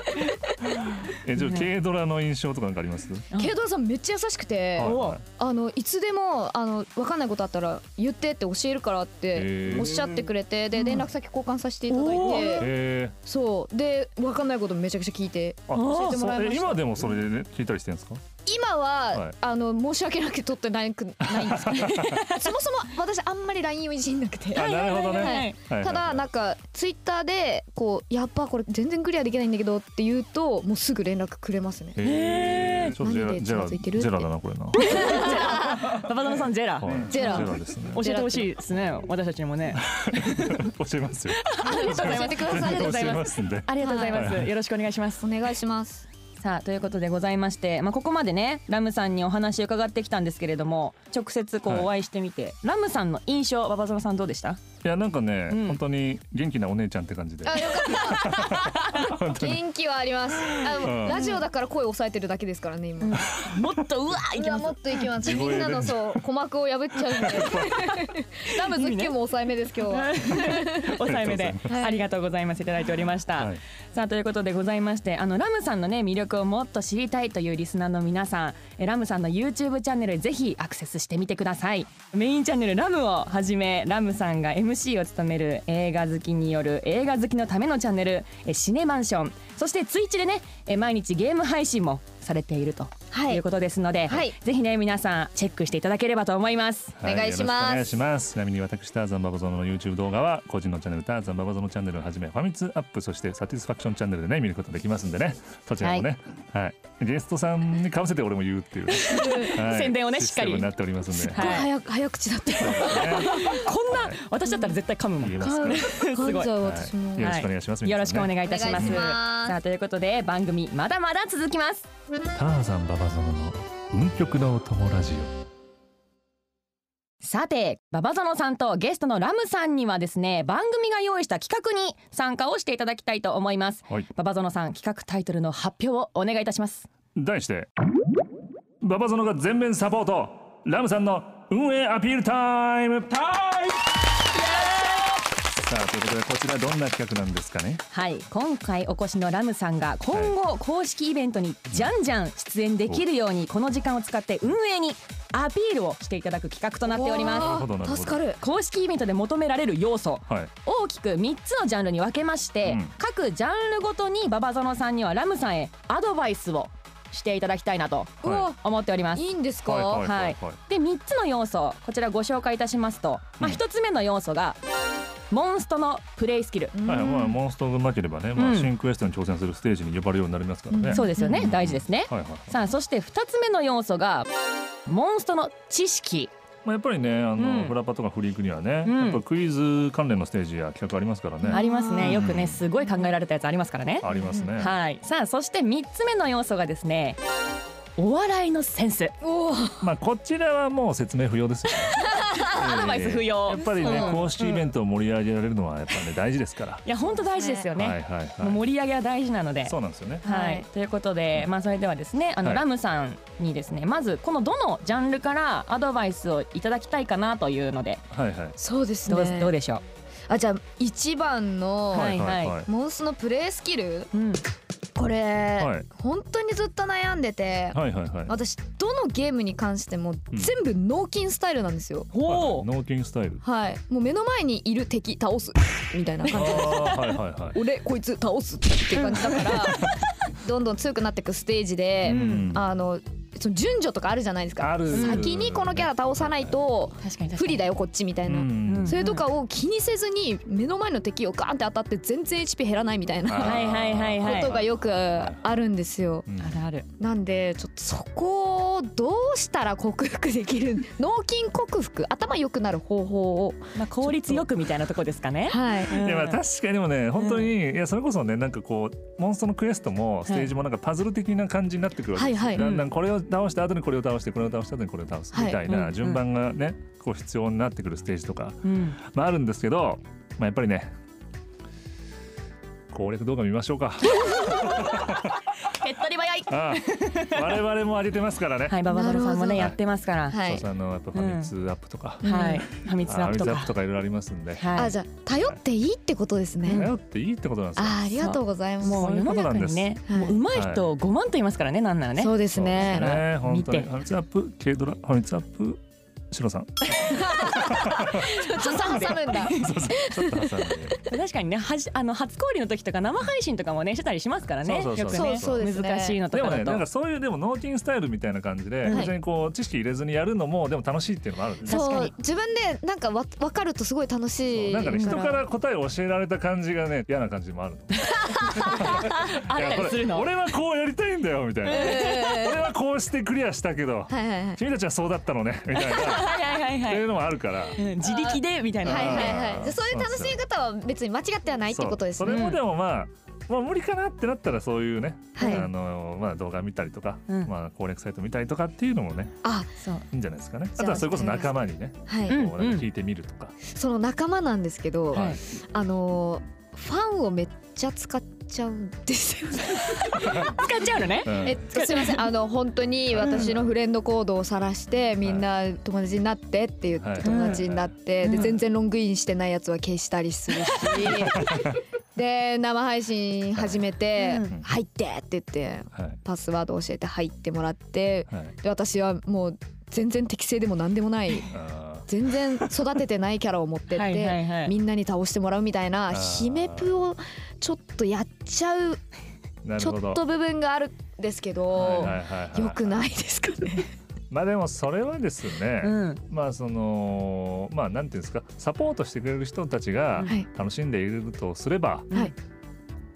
えじゃあ軽ドラの印象とかなんかあります
ケイトさんめっちゃ優しくて、
はいはい
あのいつでもあの分かんないことあったら言ってって教えるからっ
へ
て
ー
おっしゃってくれてで連絡先交換させていただい
お
て、
え
そうで分かんないことめちゃくちゃ聞いて
ーあ
教
えてもらいました
そうえ今でもそれでね聞いたりしてるんですか
今は、
はい
あの申し訳なく取ってないくないんです けどそもそも私あんまり LINE をいじんなくて。
あなるほど
はい
ねはい
ただなんかツイッターでこうやっぱこれ全然クリアできないんだけどって言うともうすぐ連絡くれますね。
へーちょっとジェ
何
ラ
で
ジェラ
つまずいてるって
ジェラだな これな
パパ友さんジェラ
はい
ジェラ
ジェラですね
教えてほしいですね私たちにもね
教えますよ
ありがとうございます教えてくだ さい。ありがとうご
教
ざい
え
ま。
ますすんで
ありがとうございますよろしくお願いします
お願いします。
さあということでございまして、まあ、ここまでねラムさんにお話伺ってきたんですけれども直接こ
はいう
お会いしてみて、ラムさんの印象馬場園さんどう でした
いやなんかね、
うん
本当に元気なお姉ちゃんって感じで
あよ かった。元気はあります。あ
うん
ラジオだから声抑えてるだけですからね今。
もっとうわーいき
うわ
ます
もっといきます。
地
み
声で
んなのそう鼓膜を破っちゃうんで。ラムズッキも抑えめです今日は。
抑えめで
ありがとうございま、
ありがとうございますいただいておりました、
はい
さあということでございましてあのラムさんのね魅力をもっと知りたいというリスナーの皆さんえラムさんの YouTube チャンネルぜひアクセスしてみてくださいメインチャンネルラムをはじめラムさんが MC を務める映画好きによる映画好きのためのチャンネルえシネマンションそしてツイッチでねえ毎日ゲーム配信もされていると
はい
いうことですので、
はい
ぜひね皆さんチェックしていただければと思います
は
お願いします
よろくお願いします。ちなみに私ターザンババゾノの YouTube 動画は個人のチャンネルターザンババゾノチャンネルをはじめファミツアップそしてサティスファクションチャンネルでね見ることできますんでねそちらもねはい、ゲストさんにかぶせて俺も言う っていう、は
宣伝をね
システム
しっかり
になっておりますんで、
はい
早く早口だって。
こんな私だったら絶対噛むもん
言えますから。
ごい
噛んじゃう私も
は。よろしくお願いします
はよろ
皆
し
さ
くお
んね
願いいたしま
お
す。
願いします
さあということで番組まだまだ続きます。
ターザンババゾノの運極のお友ラジオ。
さてババゾノさんとゲストのラムさんにはですね番組が用意した企画に参加をしていただきたいと思います。
はい。
ババゾノさん企画タイトルの発表をお願いいたします。
題してババゾノが全面サポートラムさんの運営アピールタイムタイムさあということでこちらどんな企画なんですかね
はい今回お越しのラムさんが今後公式イベントにじゃんじゃん出演できるようにこの時間を使って運営にアピールをしていただく企画となっております。
ほどなるほど
助かる。
公式イベントで求められる要素、
はい
大きく3つのジャンルに分けまして、
うん
各ジャンルごとにババゾノさんにはラムさんへアドバイスをしていただきたいなと
うわ
思っております。
いいんですか。
はいはい
で3つの要素こちらご紹介いたしますと、ま
う
あ、
ん
1つ目の要素がモンストのプレイスキル、
うん
はいまあモンストがなければね、ま
う
あ、
ん
シンクエストに挑戦するステージに呼ばれるようになりますからね、
そうですよね、
うん
大事ですね、
はいはいはい
さあそして2つ目の要素がモンストの知識
まあ、やっぱりねあの、
うん
フラパとかフリークにはね、
うん
やっぱクイズ関連のステージや企画ありますからね、
あります
う
ね
ん
よくねすごい考えられたやつありますからね
ありますね、
はい、さあそして3つ目の要素がですねお笑いのセンス
おお。
まあこちらはもう説明不要ですよ、ね、ア
アドバイス不要
やっぱり
う
ね
ん
公式イベントを盛り上げられるのはやっぱね大事ですから
いや本当大事ですよね、
はいはい
もう
は
盛り上げは大事なので
い。そうなんですよね。
は
はいい、
ということで、まあ、それではですねあの、
はい
ラムさんにですねまずこのどのジャンルからアドバイスをいただきたいかなというので
はいはい。
そうです
どう,、どう
ね。
でしょ
あじゃあ一番の
はいはい
はい
モンストのプレイスキル。
う、うん、
これ、
い
本当にずっと悩んでて、
はいはいはい。
私どのゲームに関しても
うん
全部脳筋スタイルなんですよ、
ほう
脳筋スタイル。
はいもう目の前にいる敵倒すみたいな
あ
感じ
あはいはいはい。
俺こいつ倒すっていう感じだから どんどん強くなっていくステージで、
うん
あのその順序とかあるじゃないです
あ
か
る
先にこのキャラ倒さないと
確かに
不利だよこっちみたいな、
うん
それとかを気にせずに目の前の敵をガーンって当たって全然 HP 減らないみたいな
あー
はいはいはいはい
ことがよくあるんですよ。
うん
あるある
なんでちょっとそこをどうしたら克服できる脳筋克服頭良くなる方法を
まあ効率よくみたいなとこですかね
はい
いやまあ確かにでもね本当に、いやそれこそねなんかこうモンストのクエストもステージもなんかパズル的な感じになってくるわけですよ、
はいはい
だんだんこれを倒して後にこれを倒してこれを倒して後にこれを倒す
はい
みたい
うんう
なん順番がねこう必要になってくるステージとか、
うん
まあ、あるんですけど、まあ、やっぱりね攻略動画見ましょう か
手っ取り早い
ああ我々も上げてますからね、
はいババドルさんもね
なるほど
やってますからは
はい
そうそうあのやっぱファミ通アップとか、
うん
いファミツ
あ
アッ
ファミ
プと
通アップ
か
とかいろいろありますんで
は
あ
い
じゃあ頼っていいってことですね
頼っていいってことなんですよ
あーありがとうございます
そ
も
う
う
いう
世
こ
の
となん
中
で
に
す
ねもう上手い人5万と言いますからねなんならね
そうですね
そうですね本当に
見て
ファミツアップ軽ドラファミツアップシロさん
挟む挟むんだ
そうそうちょっと挟んで
確かにねはじあの初氷の時とか生配信とかもねしてたりしますからね
そうそうそう
よくね
そうそうですね
難しいのと
で
か
も
だ
ねなん
と
かそういうでも脳筋スタイルみたいな感じで
はい
別にこう知識入れずにやるのもでも楽しいっていうのがあるんです
確か
そう
に
自分でなんかわ分かるとすごい楽
そ
し
う
い
なんかね人から答えを教えられた感じがね嫌な感じもあるの
あったりする
いや
の
これ俺はこうやりたいんだよみたいな
え
俺はこうしてクリアしたけど
ーはいはいはい
君たちはそうだった のねみたいなっ
はいはいはいは
て
い
いうのもあるから
うん自力でみたいな
はいはい
あー
はいじゃあそういう楽しみ方は別に間違ってはないってことです
そうそれ
ね
もでもまあ、まあ、無理かなってなったらそういうね、
はい
あのまあ、動画見たりとか、
うん
まあ、攻略サイト見たりとかっていうのもね
あ
そう
いいんじゃないですかね
ゃ
あ
あ
とはそれこそ仲間にね
はい、
うん
こうなんか聞いてみるとか、
その仲間なんですけど、
はい
あのーファンをめっちゃ使っちゃうんですよね。
使っちゃうのね
うん
えっと すみませんあの本当に私のフレンドコードを晒してみんな友達になってって言
は
っ
い
て友達になって
うん
で全然ロングインしてないやつは消したり するしで生配信始めて
う
「
ん
入って!」って言って
はい
パスワード教えて入ってもらって
はい
で私はもう全然適正でも何でもない
あ
全然育ててないキャラを持ってって。
はいはいはい
みんなに倒してもらうみたいな
あー
姫プをちょっとやっちゃう
ーなる
ちょ
ほど
っと部分があるんですけど、
はいはいはいはい
良くないですかね。
まあでもそれはですね、
うん
まあそのまあなんていうんですかサポートしてくれる人たちが
はい
楽しんでいるとすれば
うん
はい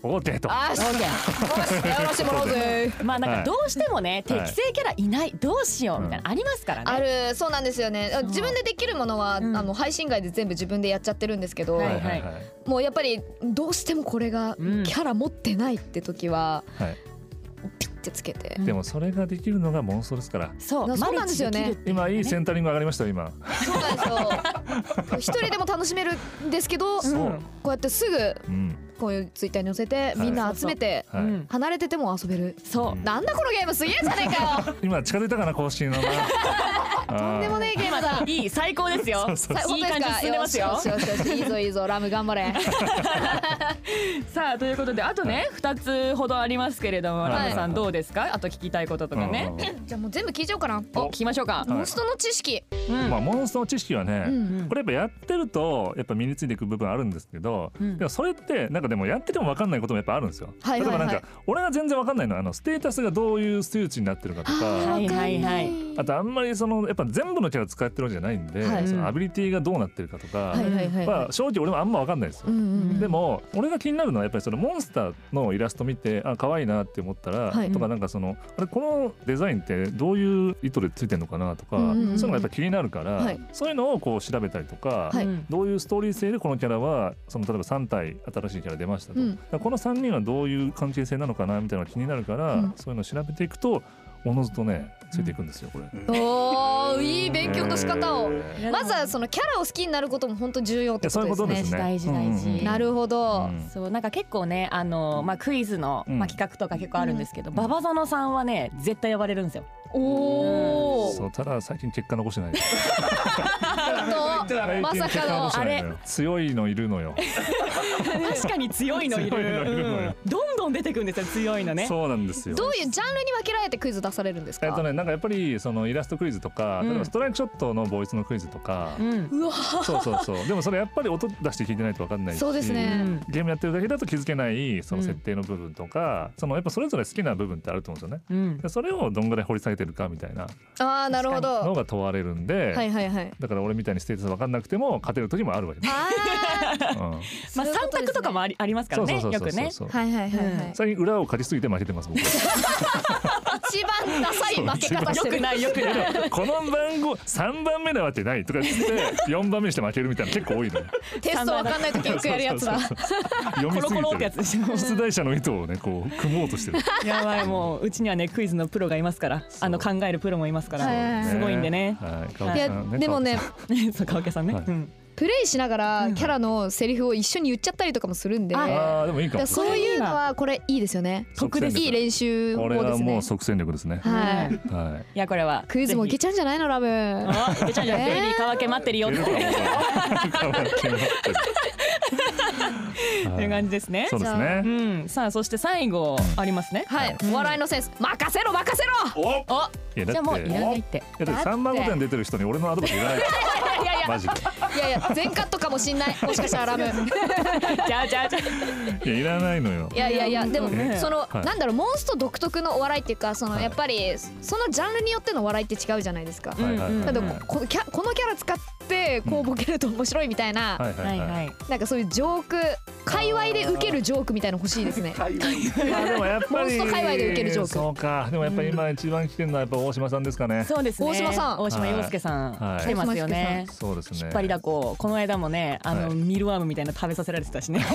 大手と
あーし、よし、やらせてもらおうぜ。
まあなん
は
か
い
どうしてもね、
はい
適正キャラいないどうしようみたいなありますからね。
ある、そうなんですよね
そう。
自分でできるものは、
うん
あの配信外で全部自分でやっちゃってるんですけど、
は
はい
い
はいはい
もうやっぱりどうしてもこれがキ
うん
ャラ持ってないって時は、
はい
ピッてつけて。
でもそれができるのがモンストですから
そう
なそうなんですよね
マルチできるってう
今いいセ
ね
ンタリング上がりましたよ今
そうなんですよ。一人でも楽しめるんですけど、こ
そううん
うやってすぐ
うん
こういうツイッターに載せてみんな集めて
はい
うん
離れてても遊べる。
そうう。
ん
なんだこのゲームすげえじゃねえか よ
今近づいたかな更新の
と
と
んでもねえゲームだ
今いい最高 ですよ。
そうそう
さ
いい感じ進んでますよ
本。当ですかよしよしよしいいぞいいぞラム頑張 れ
さあということであとね二、つほどありますけれども、
はい
ラムさんどうですか？あと聞きたいこととかね。
じゃあもう全部聞いちゃおうかな
お聞きましょうか。
モンストの知識
うん
まあモンストの知識はね、
うん
これやっぱやってるとやっぱ身についていく部分あるんですけど、
うん
でもそれってなんかでもやってても分かんないこともやっぱあるんですよ。
はいはいはい
例えばなんか俺が全然分かんないのはあのステータスがどういう数値になってるかと
は
か。
いはいはい
あとあんまりそのやっぱ全部のキャラ使ってるわけじゃないんで、
はい
そのアビリティがどうなってるかとか、
はいはいはい
まあ、正直俺もあんま分かんないですよ。
うんうん
でも俺が気になるのはやっぱりそのモンスターのイラスト見てあ可愛いなって思ったら、
はい
とかなんかそのあれこのデザインってどういう意図でついてるのかなとか、
うんうんうんうん
そういうのがやっぱ気になるから、
はい
そういうのをこう調べたりとか、
はい
うん
どういうストーリー性でこのキャラはその例えば3体新しいキャラ出ましたと、
うん
だからこの3人はどういう関係性なのかなみたいなのが気になるから、
うん
そういうのを調べていくとおのずとねついていくんですよこれ。
おーいい勉強の仕方を
えー
まずはそのキャラを好きになることも本当重要っ
いや
てこ
そう
と
いう
で
こ
す
とで
ね
すね。
大事
うんうんうん
大事
なるほど
うん
そうなんか結構ねあのまあクイズの、
うん
まあ企画とか結構あるんですけど、
うん
ババザノさんはね絶対呼ばれるんですよ。
お
そ
ー
うただ最近結果残してない。
本当まさかの
あれ強いのいるのよ。
確かに強いのいる。
強いのいるのよ
うんどんどどん出てくるんですよ強いのね
そうなんですよ。
どういうジャンルに分けられてクイズ出されるんです
えっと
か
ね、なんかやっぱりそのイラストクイズとか、
うん
例えばストライクショットのボイスのクイズとか、
うん
うわ
そうそうそうでもそれやっぱり音出して聞いてないと分かんないし
そうです
う
ね
ん
ゲームやってるだけだと気づけないその
うん
設定の部分とか、そのやっぱそれぞれ好きな部分ってあると思うんですよね。
うん
でそれをどんぐらい掘り下げてるかみたいな
ああなるほ
の
ど
が問われるんで、
はいはいはい
だから俺みたいにステータス分かんなくても勝てる時もある わけで
あ
す。うん
ま
そう
あ
いうこ
三
とですね
択とかもありありますか
そ
ら
うそ
ね
うそう
よ
そう
くね
そう
あはいはいはいはい
最近裏を勝ちすぎて負けてます僕
一番ダサい負け方
よ
して
く
る
ないよくない
この番号3番目なわけないとか言って4番目にして負けるみたいな結構多いのよ
テストわかんない時よくやるやつだ
そうそうそう読
コ
み
ロ
す
コロって
ぎ
やつ
てる
でしょ
出題者の意図をねこう組もうとしてる
やばいもううちにはねクイズのプロがいますからあの考えるプロもいますから、
はいはいはい
すごいんでね
はい
い
川
や
さん
でもね
そう川家さんね、
はい
うん
プレイしながらキャラのセリフを一緒に言っちゃったりとかもするんで
あ
川さんあーでもいい
だ
か
か
も
らそういうのはこれいいですよね
得です
いい練習法
これ
で
は
す
も
ね
う即戦力ですね
はいい
はい
いやこれは
クイズもいけ
ち
ちゃうんじゃないのラブ
ゃういけちゃうじゃん、
えー
ベイビー川家待ってるよ
出
って
るかも川決まってる
という感じですね
そうです
う
ね
んさあそして最後ありますね
はい、お笑いのセンス任せろ任せろ
お
お
いや
じゃ
だ
あも
っ
う
て
いらないって
いやだって3番ごとに出てる人に俺のアドバイスいらない
いやいや
マジで
いやいや全カットかもしんないもしかしたらラブい
じゃあじゃあじゃ
い
あ
やいらないのよ
やいやいやでも
ね
その、
はい
なんだろうモンスト独特のお笑いっていうかその、
はい
やっぱりそのジャンルによってのお笑いって違うじゃないですか、
はいはい
な
は
ん
い
だろうここキャこのキャラ使ってこうボケると面白いみたいな、
はいは
はいい
はい
はい
なんかそういうジョーク界隈で受けるジョークみたいの欲しいですね
まあでもやっぱり
モンスト界隈で受けるジョーク
そうかでもやっぱり今一番来てるのはやっぱ大島さんですかね、
そうですね
大島さん
大島洋介さん、
はい
来てますよね
そうですね
引っ張りだここの間もねあの、
はい
ミルワームみたいなの食べさせられてたしね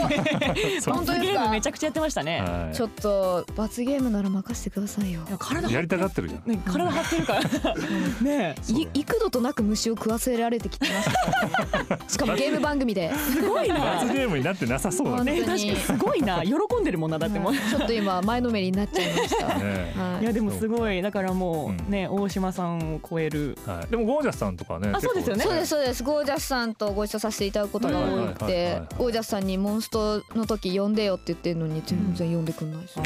そう
本当ですか
ゲームめちゃくちゃやってましたね、
はい
ちょっと罰ゲームなら任せてくださいよ
いや体張
やりたがってるじゃん
ね、体張ってるから ねえ
そう
い幾度となく虫を食わせられてきてましたねしかもゲーム番組です
ごいな
罰ゲームになってなさそうだね
ね確かにすごいな喜んでるもんなだってもう、
はいちょっと今前のめりになっちゃいました、はい
ね
い、やでもすごいだからも
うん
うね、大島さんを超える
はい、でもゴージャスさんとかね
あそうですよね
そうですそうですゴージャスさんとご一緒させていただくことが多く
はいはいはい
て
はい
ゴージャスさんにモンストの時呼んでよって言ってるのに全然呼んでくんないですよ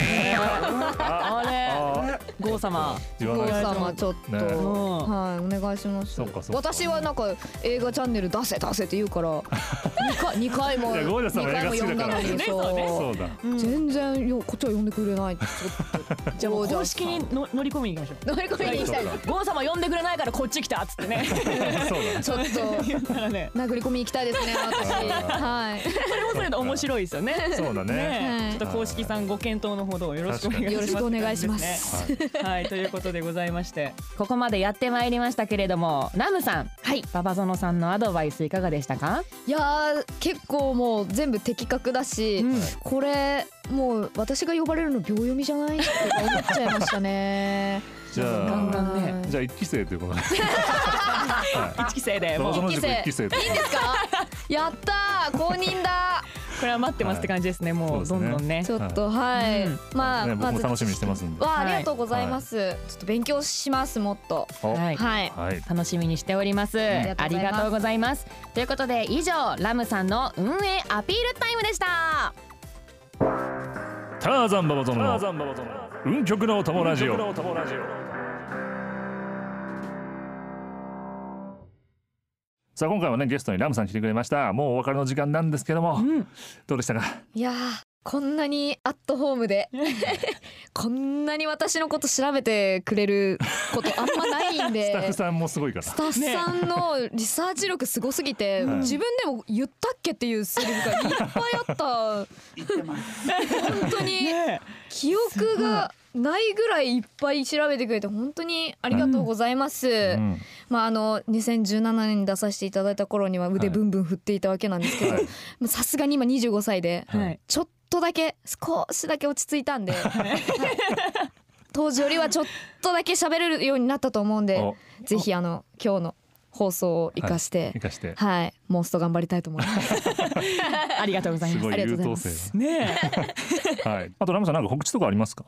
あれ
あ
郷様
言
ゴ
わ
ー
ない
ジャスさ
で
んはちょっと、
ね
はいお願いします
そうかそうか
私はなんか映画チャンネル出せ出せって言うから 二回二回も
いやゴージャスさ
二回も
んも映画好き
呼ん
だ
だ
から
のに
ねそうね
そうだ
全然よこっちは呼んでくれないちょっと
じゃあも
ゴ
う
ー
公
ジャスさ
式
ん
にの乗り込みに行きましょ
乗り込みに行きたい
そう
う郷様呼んでくれないからこっち来たっつってね
だそうだね
ち ょっと
言ったらね
殴り込み行きたいですね私はい
それもそれで面白いですよね
そ うだね
ね
はい
ちょっと公式さんご検討のほどよろしくお願いします
よろしくお願いします
はい、ということでございまして、ここまでやってまいりましたけれども、ラムさん、
はい
ババゾノさんのアドバイスいかがでしたか？
いやー結構もう全部的確だし、
うん
これもう私が呼ばれるの秒読みじゃないって思っちゃいましたね
じゃあ
ガンガン
は
ね、
い
じゃあ一期生ということで
一期生で
ど
も
う
う
ぞ
こ
の塾一期生と
いいんですかやったー公認 だ
れは待ってますって感じですね。もう
そ
ど
うですね
んどんね
ち。ょっとはい、
うん
まあ、
ね
ま
僕も
ず
楽しみにしてますんで
わあありがとうございます、ちょっと勉強しますもっと
お
はい
はい
はい
楽しみにしております。あ
あ
り
りが
がと
と
う
う
ございます。ということで以上ラムさんの運営アピールタイムでした。
ターザンババゾノの運極のお供ラジオさあ今回はねゲストにラムさん来てくれましたもうお別れの時間なんですけども、
うん
どうでしたか
いやーこんなにアットホーム でこんなに私のこと調べてくれることあんまないんで
スタッフさんもすごいから
スタッフさんのリサーチ力すごすぎて、
はい
自分でも言ったっけっていうセリフがいっぱいあった本当に
ね
記憶がないぐらいいっぱい調べてくれて本当にありがとうございます、
うん
まああの2017年に出させていただいた頃には腕ブンブン振っていたわけなんですけど
はい
もうさすがに今25歳で
えはい。
ちょっとだけ少しだけ落ち着いたんで、はい当時よりはちょっとだけ喋れるようになったと思うんで
お
ぜひあの今日の放送を生かして
生、かして
はい、モンスト頑張りたいと思い ます。
ありがとうござい
す
ま
ご
あり
い
がと
優
うござい
等
ます
生
ねえ。
だはい あとラムさんなんか告知とかありますか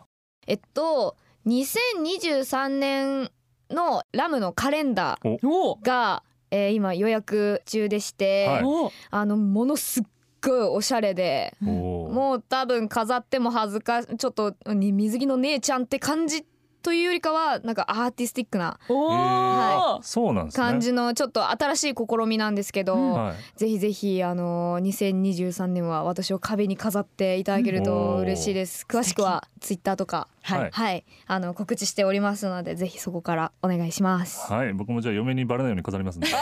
えっと、2023年のラムのカレンダ
おお。
ーが、えー今予約中でして、
はい
お
あのものすっごいおしゃれで
おー
もう多分飾っても恥ずかしちょっとに水着の姉ちゃんって感じというよりかはなんかアーティスティックな
おお、
はそうなんですね。
感じのちょっと新しい試みなんですけど、
うん
は
ぜひぜひあの2023年は私を壁に飾っていただけると嬉しいです。詳しくはツイッターとか
はい
はい
はいあの告知しておりますのでぜひそこからお願いします。
い、はい、僕もじゃあ嫁にバレないように飾りますんで。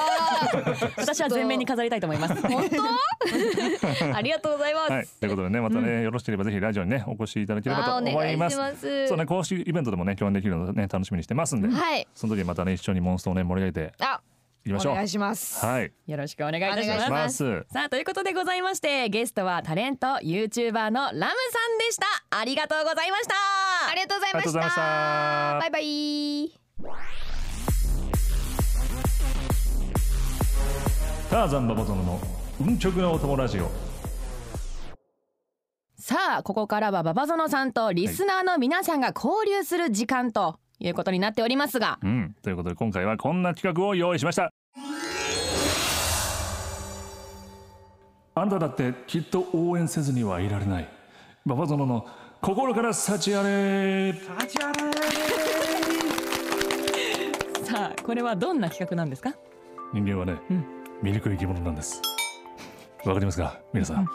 私は全面に飾りたいと思います。
本当？ありがとうございます。
はい、ということでね、またね、よろしければぜひラジオにね、お越しいただければと
あーお
思
願い
い
し
ま。
ますす。
そうね、公式イベントでもね、共演できるのね、楽しみにしてますんで、
はい。
その時またね、一緒にモンストをね、盛り上げて
あ、
いきましょ
お
う。は
願
い。
い、します。
よろしくお願いいたし
お
ま
願い
す
し。ます
さあということでございましてゲストはタレント YouTuber のラムさんでしたありがとうございました
ありがとうございまし。
ありがとうございましたた
バイバイ。
ターザンババゾノの運極のお友ラジオ。
さあここからはババゾノさんとリスナーの皆さんが交流する時間ということになっておりますが、
うん、ということで今回はこんな企画を用意しましたあんただってきっと応援せずにはいられない馬場園の心から幸あれ
さあこれはどんな企画なんですか
人間はね、
ん
醜い生き物なんですわかりますか皆さん、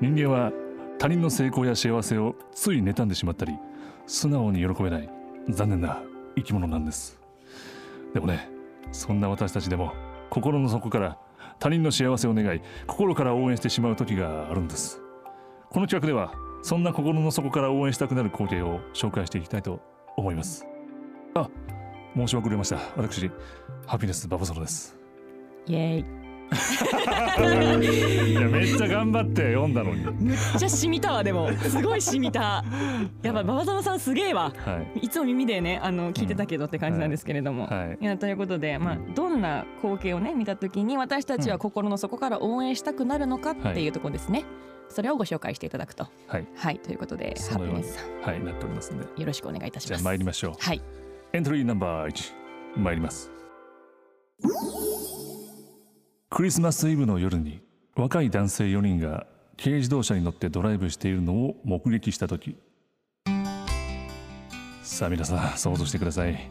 人間は他人の成功や幸せをつい妬んでしまったり素直に喜べない残念な生き物なんですでもねそんな私たちでも心の底から他人の幸せを願い心から応援してしまう時があるんですこの企画ではそんな心の底から応援したくなる光景を紹介していきたいと思いますあ申し遅れました私ハピネスババソロです
イエーイ
い やめっちゃ頑張って読んだのに。
むっちゃ染みたわでもすごい染みたやっぱババゾノさんすげえわ
はい。
いつも耳でねあの聞いてたけどって感じなんですけれども、
はいはい
いやということで、まあ、どんな光景をね見た時に私たちは心の底から応援したくなるのかっていうところですね、それをご紹介していただくと
はい。
はいということでハ
そ
ピ
のよう
ネ
に
スさん
はいなっておりますんで。
よろしくお願いいたし
じゃ
ま
あ
す
参りましょ
はい、
う。エントリーナンバー一参ります。クリスマスイブの夜に若い男性4人が軽自動車に乗ってドライブしているのを目撃した時さあ皆さん想像してください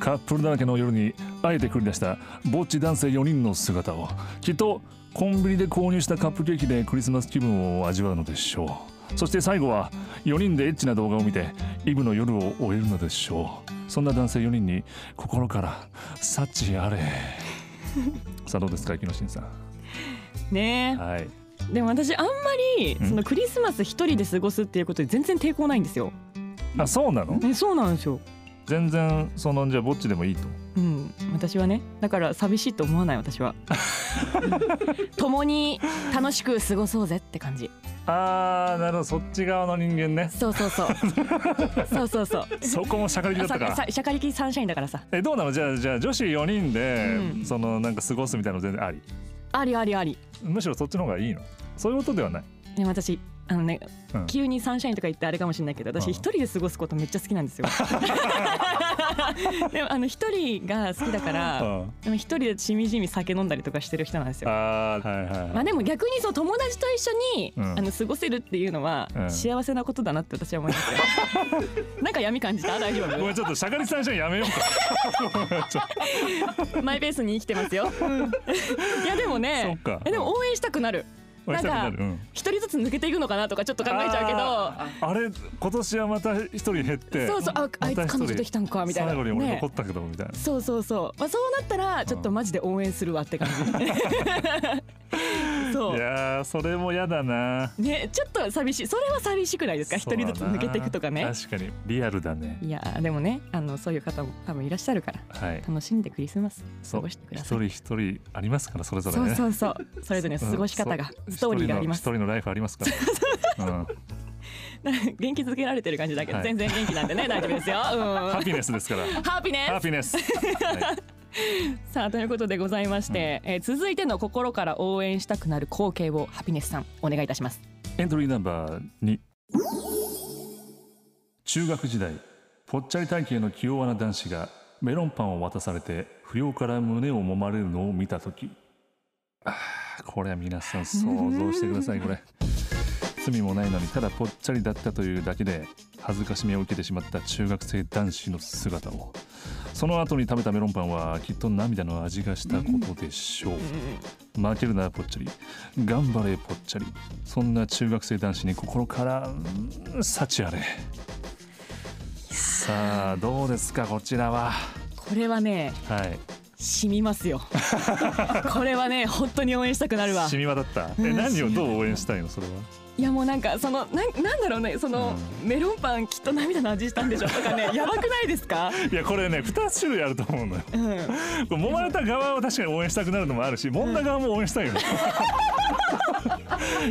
カップルだらけの夜にあえて繰り出したぼっち男性4人の姿をきっとコンビニで購入したカップケーキでクリスマス気分を味わうのでしょうそして最後は4人でエッチな動画を見てイブの夜を終えるのでしょうそんな男性4人に心から幸あ れさあどうですか木野真さん
ね
はい。
えでも私あんまり
うん
そのクリスマス一人で過ごすっていうことに全然抵抗ないんですよ、
あ、そうなの？
ね、そうなんですよ、
全然そのじゃあぼっちでもいいと。
うん、私はねだから寂しいと思わない私 はうん共に楽しく過ごそうぜって感じ
ああ、なるほど。そっち側の人間ね。
そうそうそうそうそうそう
そこもしゃかりきだったか
さ
ら。
シャカリキサンシャインだからさ
え、どうなの？じゃあじゃあ女子4人で、
うん
そのなんか過ごすみたいなの全然あり。
ありありあり
むしろそっちの方がいいの。そういうことではない。
でも私あのね、
うん
急にサンシャインとか言ってあれかもしれないけど
うん
私一人で過ごすことめっちゃ好きな んですよでもあの一人が好きだか
あ
らでも一人でしみじみ酒飲んだりとかしてる人なんです
あー、はい
よ
はい
ま
は
あ
い。
でも逆にそう友達と一緒に、
うん
あの過ごせるっていうのは、
うん
幸せなことだなって私は思います よなんか闇感じた大丈
ごめ
夫
んちょっとしゃかりさんじゃやめよ うか。ちょっと
マイペースに生きてますよ、うんいやでも
そ
ね
っか
えでも応援したくなる
応援したくなるう
な
ん
一人ずつ抜けていくのかなとかちょっと考えちゃうけど
あーあれ今年はまた一人減って。
そうそうああいつ彼女できたんかみたいな
最後に俺
ね
残ったけどみたいな。
そうそうそう、まあ、そうなったらちょっとマジで応援するわって感じ そ
いうやーそれも嫌だな。
ねちょっと寂しいそれは寂しくないですか一
そうだ
人
な
ずつ抜けていくとかね
確かにリアルだね
いやーでもねあのそういう方も多分いらっしゃるから
はい
楽しんでクリスマス
そ
過
う
ごし
一
てください
人一人ありますからそれぞれ
そう
ね
そうそうそれぞれの過ごし方が、
うん
ストーリーがあります
一人の一人のライフありますから、 うん、
元気づけられてる感じだけど、
はい
全然元気なんでね大丈夫ですよ、うん、
ハ
ハ
ピネスですから
ッピーね
ハピネ ス、はい
さあということでございまして、えー続いての心から応援したくなる光景をハピネスさんお願いいたします
エントリーナンバー2中学時代ぽっちゃり体型の器用な男子がメロンパンを渡されて不良から胸を揉まれるのを見た時あこれは皆さん想像してくださいこれ罪もないのにただぽっちゃりだったというだけで恥ずかしみを受けてしまった中学生男子の姿をその後に食べたメロンパンはきっと涙の味がしたことでしょう負けるなぽっちゃり頑張れぽっちゃりそんな中学生男子に心からうん幸あれさあどうですかこちらは
これはね
はい
染みま すよこれはね本当に応援したくなるわ
染み渡った
う
え
ん
何をどう応援したいのそれはい
やもうなんかそのなんなんだろうねその、メロンパンきっと涙の味したんでしょとかねやばくないですか
いやこれね2種類あると思うのよ
うん
これ揉まれた側は確かに応援したくなるのもあるし揉んだ側も応援したいよ ね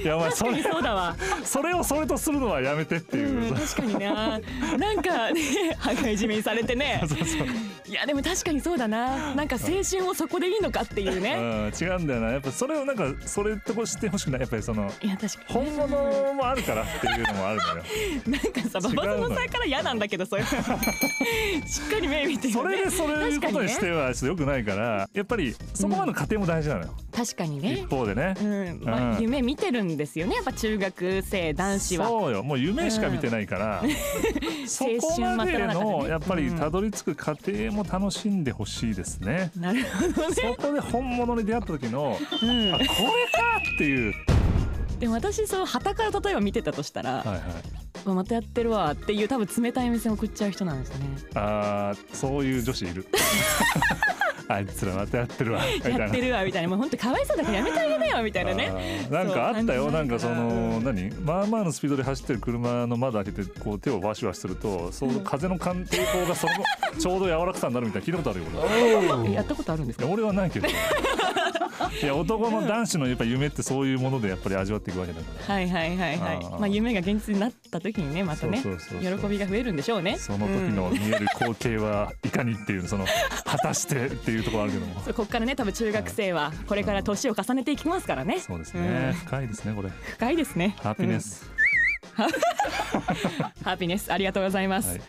いやお前それ
そうだわ
それをそれとするのはやめてっていう
うん、確かにななんかね羽交い締めにされて ね
そうそう
いやでも確かにそうだななんか青春をそこでいいのかっていうね
うん、違うんだよなやっぱそれをなんかそれとこ知ってほしくないやっぱりその
いや確か
本物もあるからっていうのもあるのよ
になんかさ
違う
馬
のよ
場園さんから嫌なんだけどそういうのしっかり目見て
そ
よ
れ
ね
でそういうことにしてはちょっとよくないからやっぱりそこまでの過程も大事なのよ、
確かに
一方でね、
うんま
う
あ、
ん
夢見てるんですよねやっぱ中学生男子は
そうよもう夢しか見てないから、 そこまで
青春真っ只中で
の
ね
やっぱり
うん
たどり着く過程も楽しんでほしいですね、
なるほどね、
そこで本物に出会った時の
うん
あこれかっていう
でも私そう旗から例えば見てたとしたら、
はい、はい、
わまたやってるわっていう多分冷たい目線送っちゃう人なんですね
あーそういう女子 いるあいつらまたやってるわみたいな
やってるわみたいなもう本当かわいそうだからやめてあげなよみたいなね
あーなんかあった
そ
よ
う
なんかその
うん
何まあまあのスピードで走ってる車の窓開けてこう手をワシワシするとその風の感抵抗がその ちょうど柔らかさになるみたいな聞いたことあるよ
えやったことあるんです
俺い
か
や俺はないけどいや男の男子のやっぱ夢ってそういうものでやっぱり味わっていくわけだから
はいはいはいはい
あー
まあ夢が現実になった時にねまたね
そうそうそうそう
喜びが増えるんでしょうね
その時
う
の
ん
見える光景はいかにっていうその果たしてっていうところあるけども
そうここからね多分中学生はこれから年を重ねていきますからね
そうですね
うん
深いですねこれ
深いですね
ハピネ、ス
うんハピネスありがとうございます、
はい、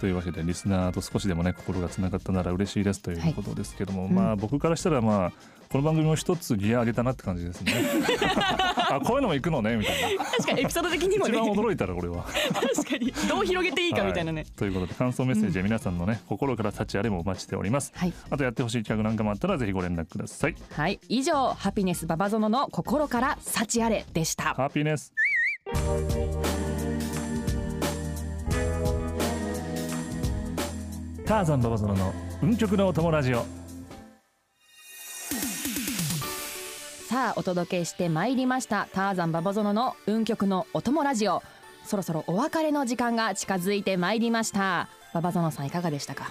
というわけでリスナーと少しでもね心がつながったなら嬉しいですということですけども、まあ僕からしたらまあこの番組を一つギア上げたなって感じですね。 あこういうのも行くのねみたいな。
確かにエピソード的にも
一
ね
番驚いたら俺は。
確かにどう広げていいかみたいなね
は、ということで感想メッセージや皆さんのね、心から立ちあれもお待ちしております。
はい
あとやってほしい企画なんかもあったらぜひご連絡ください。
はい、以上ハピネスババゾノの心から幸あれでした。
ハッピーネス。ターザンババゾノの運極のお友ラジオ。
さあお届けしてまいりましたターザンババゾノの運極のお供ラジオ。そろそろお別れの時間が近づいてまいりました。ババゾノさんいかがでしたか。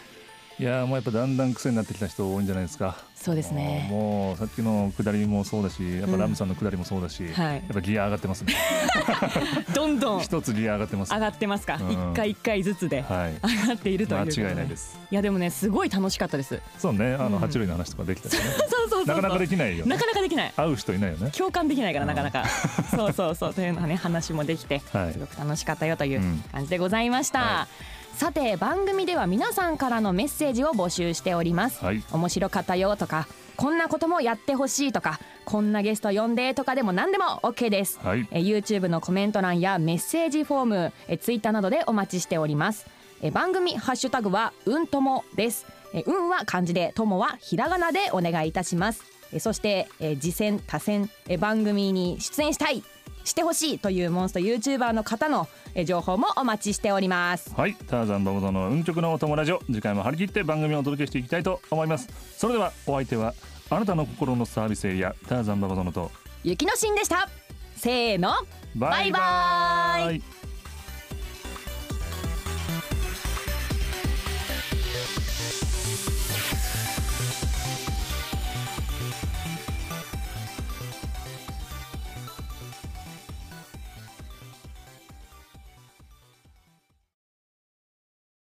いやーもうやっぱだんだん癖になってきた人多いんじゃないですか。
そうです
あー
ね。
もうさっきの下りもそうだし、やっぱラムさんの下りもそうだし、
はい
やっぱギア上がって ますね。
どんどん
一つギア上がってます。
上
は
がってますか。
うん
一回一回ずつで
い。
上がっているという
間
ことで。
違いないで。す。
いやでもねすごい楽しかっ たです。
そうね、あの
うん
八類の話とかできたりね。
そうそうそうそう。
なかなかできないよね。
なかなかできない。
会う人いないよね。
共感できないから
うん
なか なかそうそうそうというのはね話もできて
はい
すごく楽しかったよという
うん
感じでございました、
は
さて番組では皆さんからのメッセージを募集しております、
はい
面白かったよとかこんなこともやってほしいとかこんなゲスト呼んでとかでも何でも OK です、
はい
えー YouTube のコメント欄やメッセージフォームえー Twitter などでお待ちしておりますえー番組ハッシュタグはうんともですえーうんは漢字でともはひらがなでお願いいたしますえーそしてえー次戦多戦えー番組に出演したいしてほしいというモンスト YouTuber の方のえー情報もお待ちしております
はい、ターザンバボゾの運極のお友ラジオ、次回も張り切って番組をお届けしていきたいと思います。それではお相手はあなたの心のサービスエリアターザンバボゾノと
雪のしんでしたせーのバイバーイ
イ。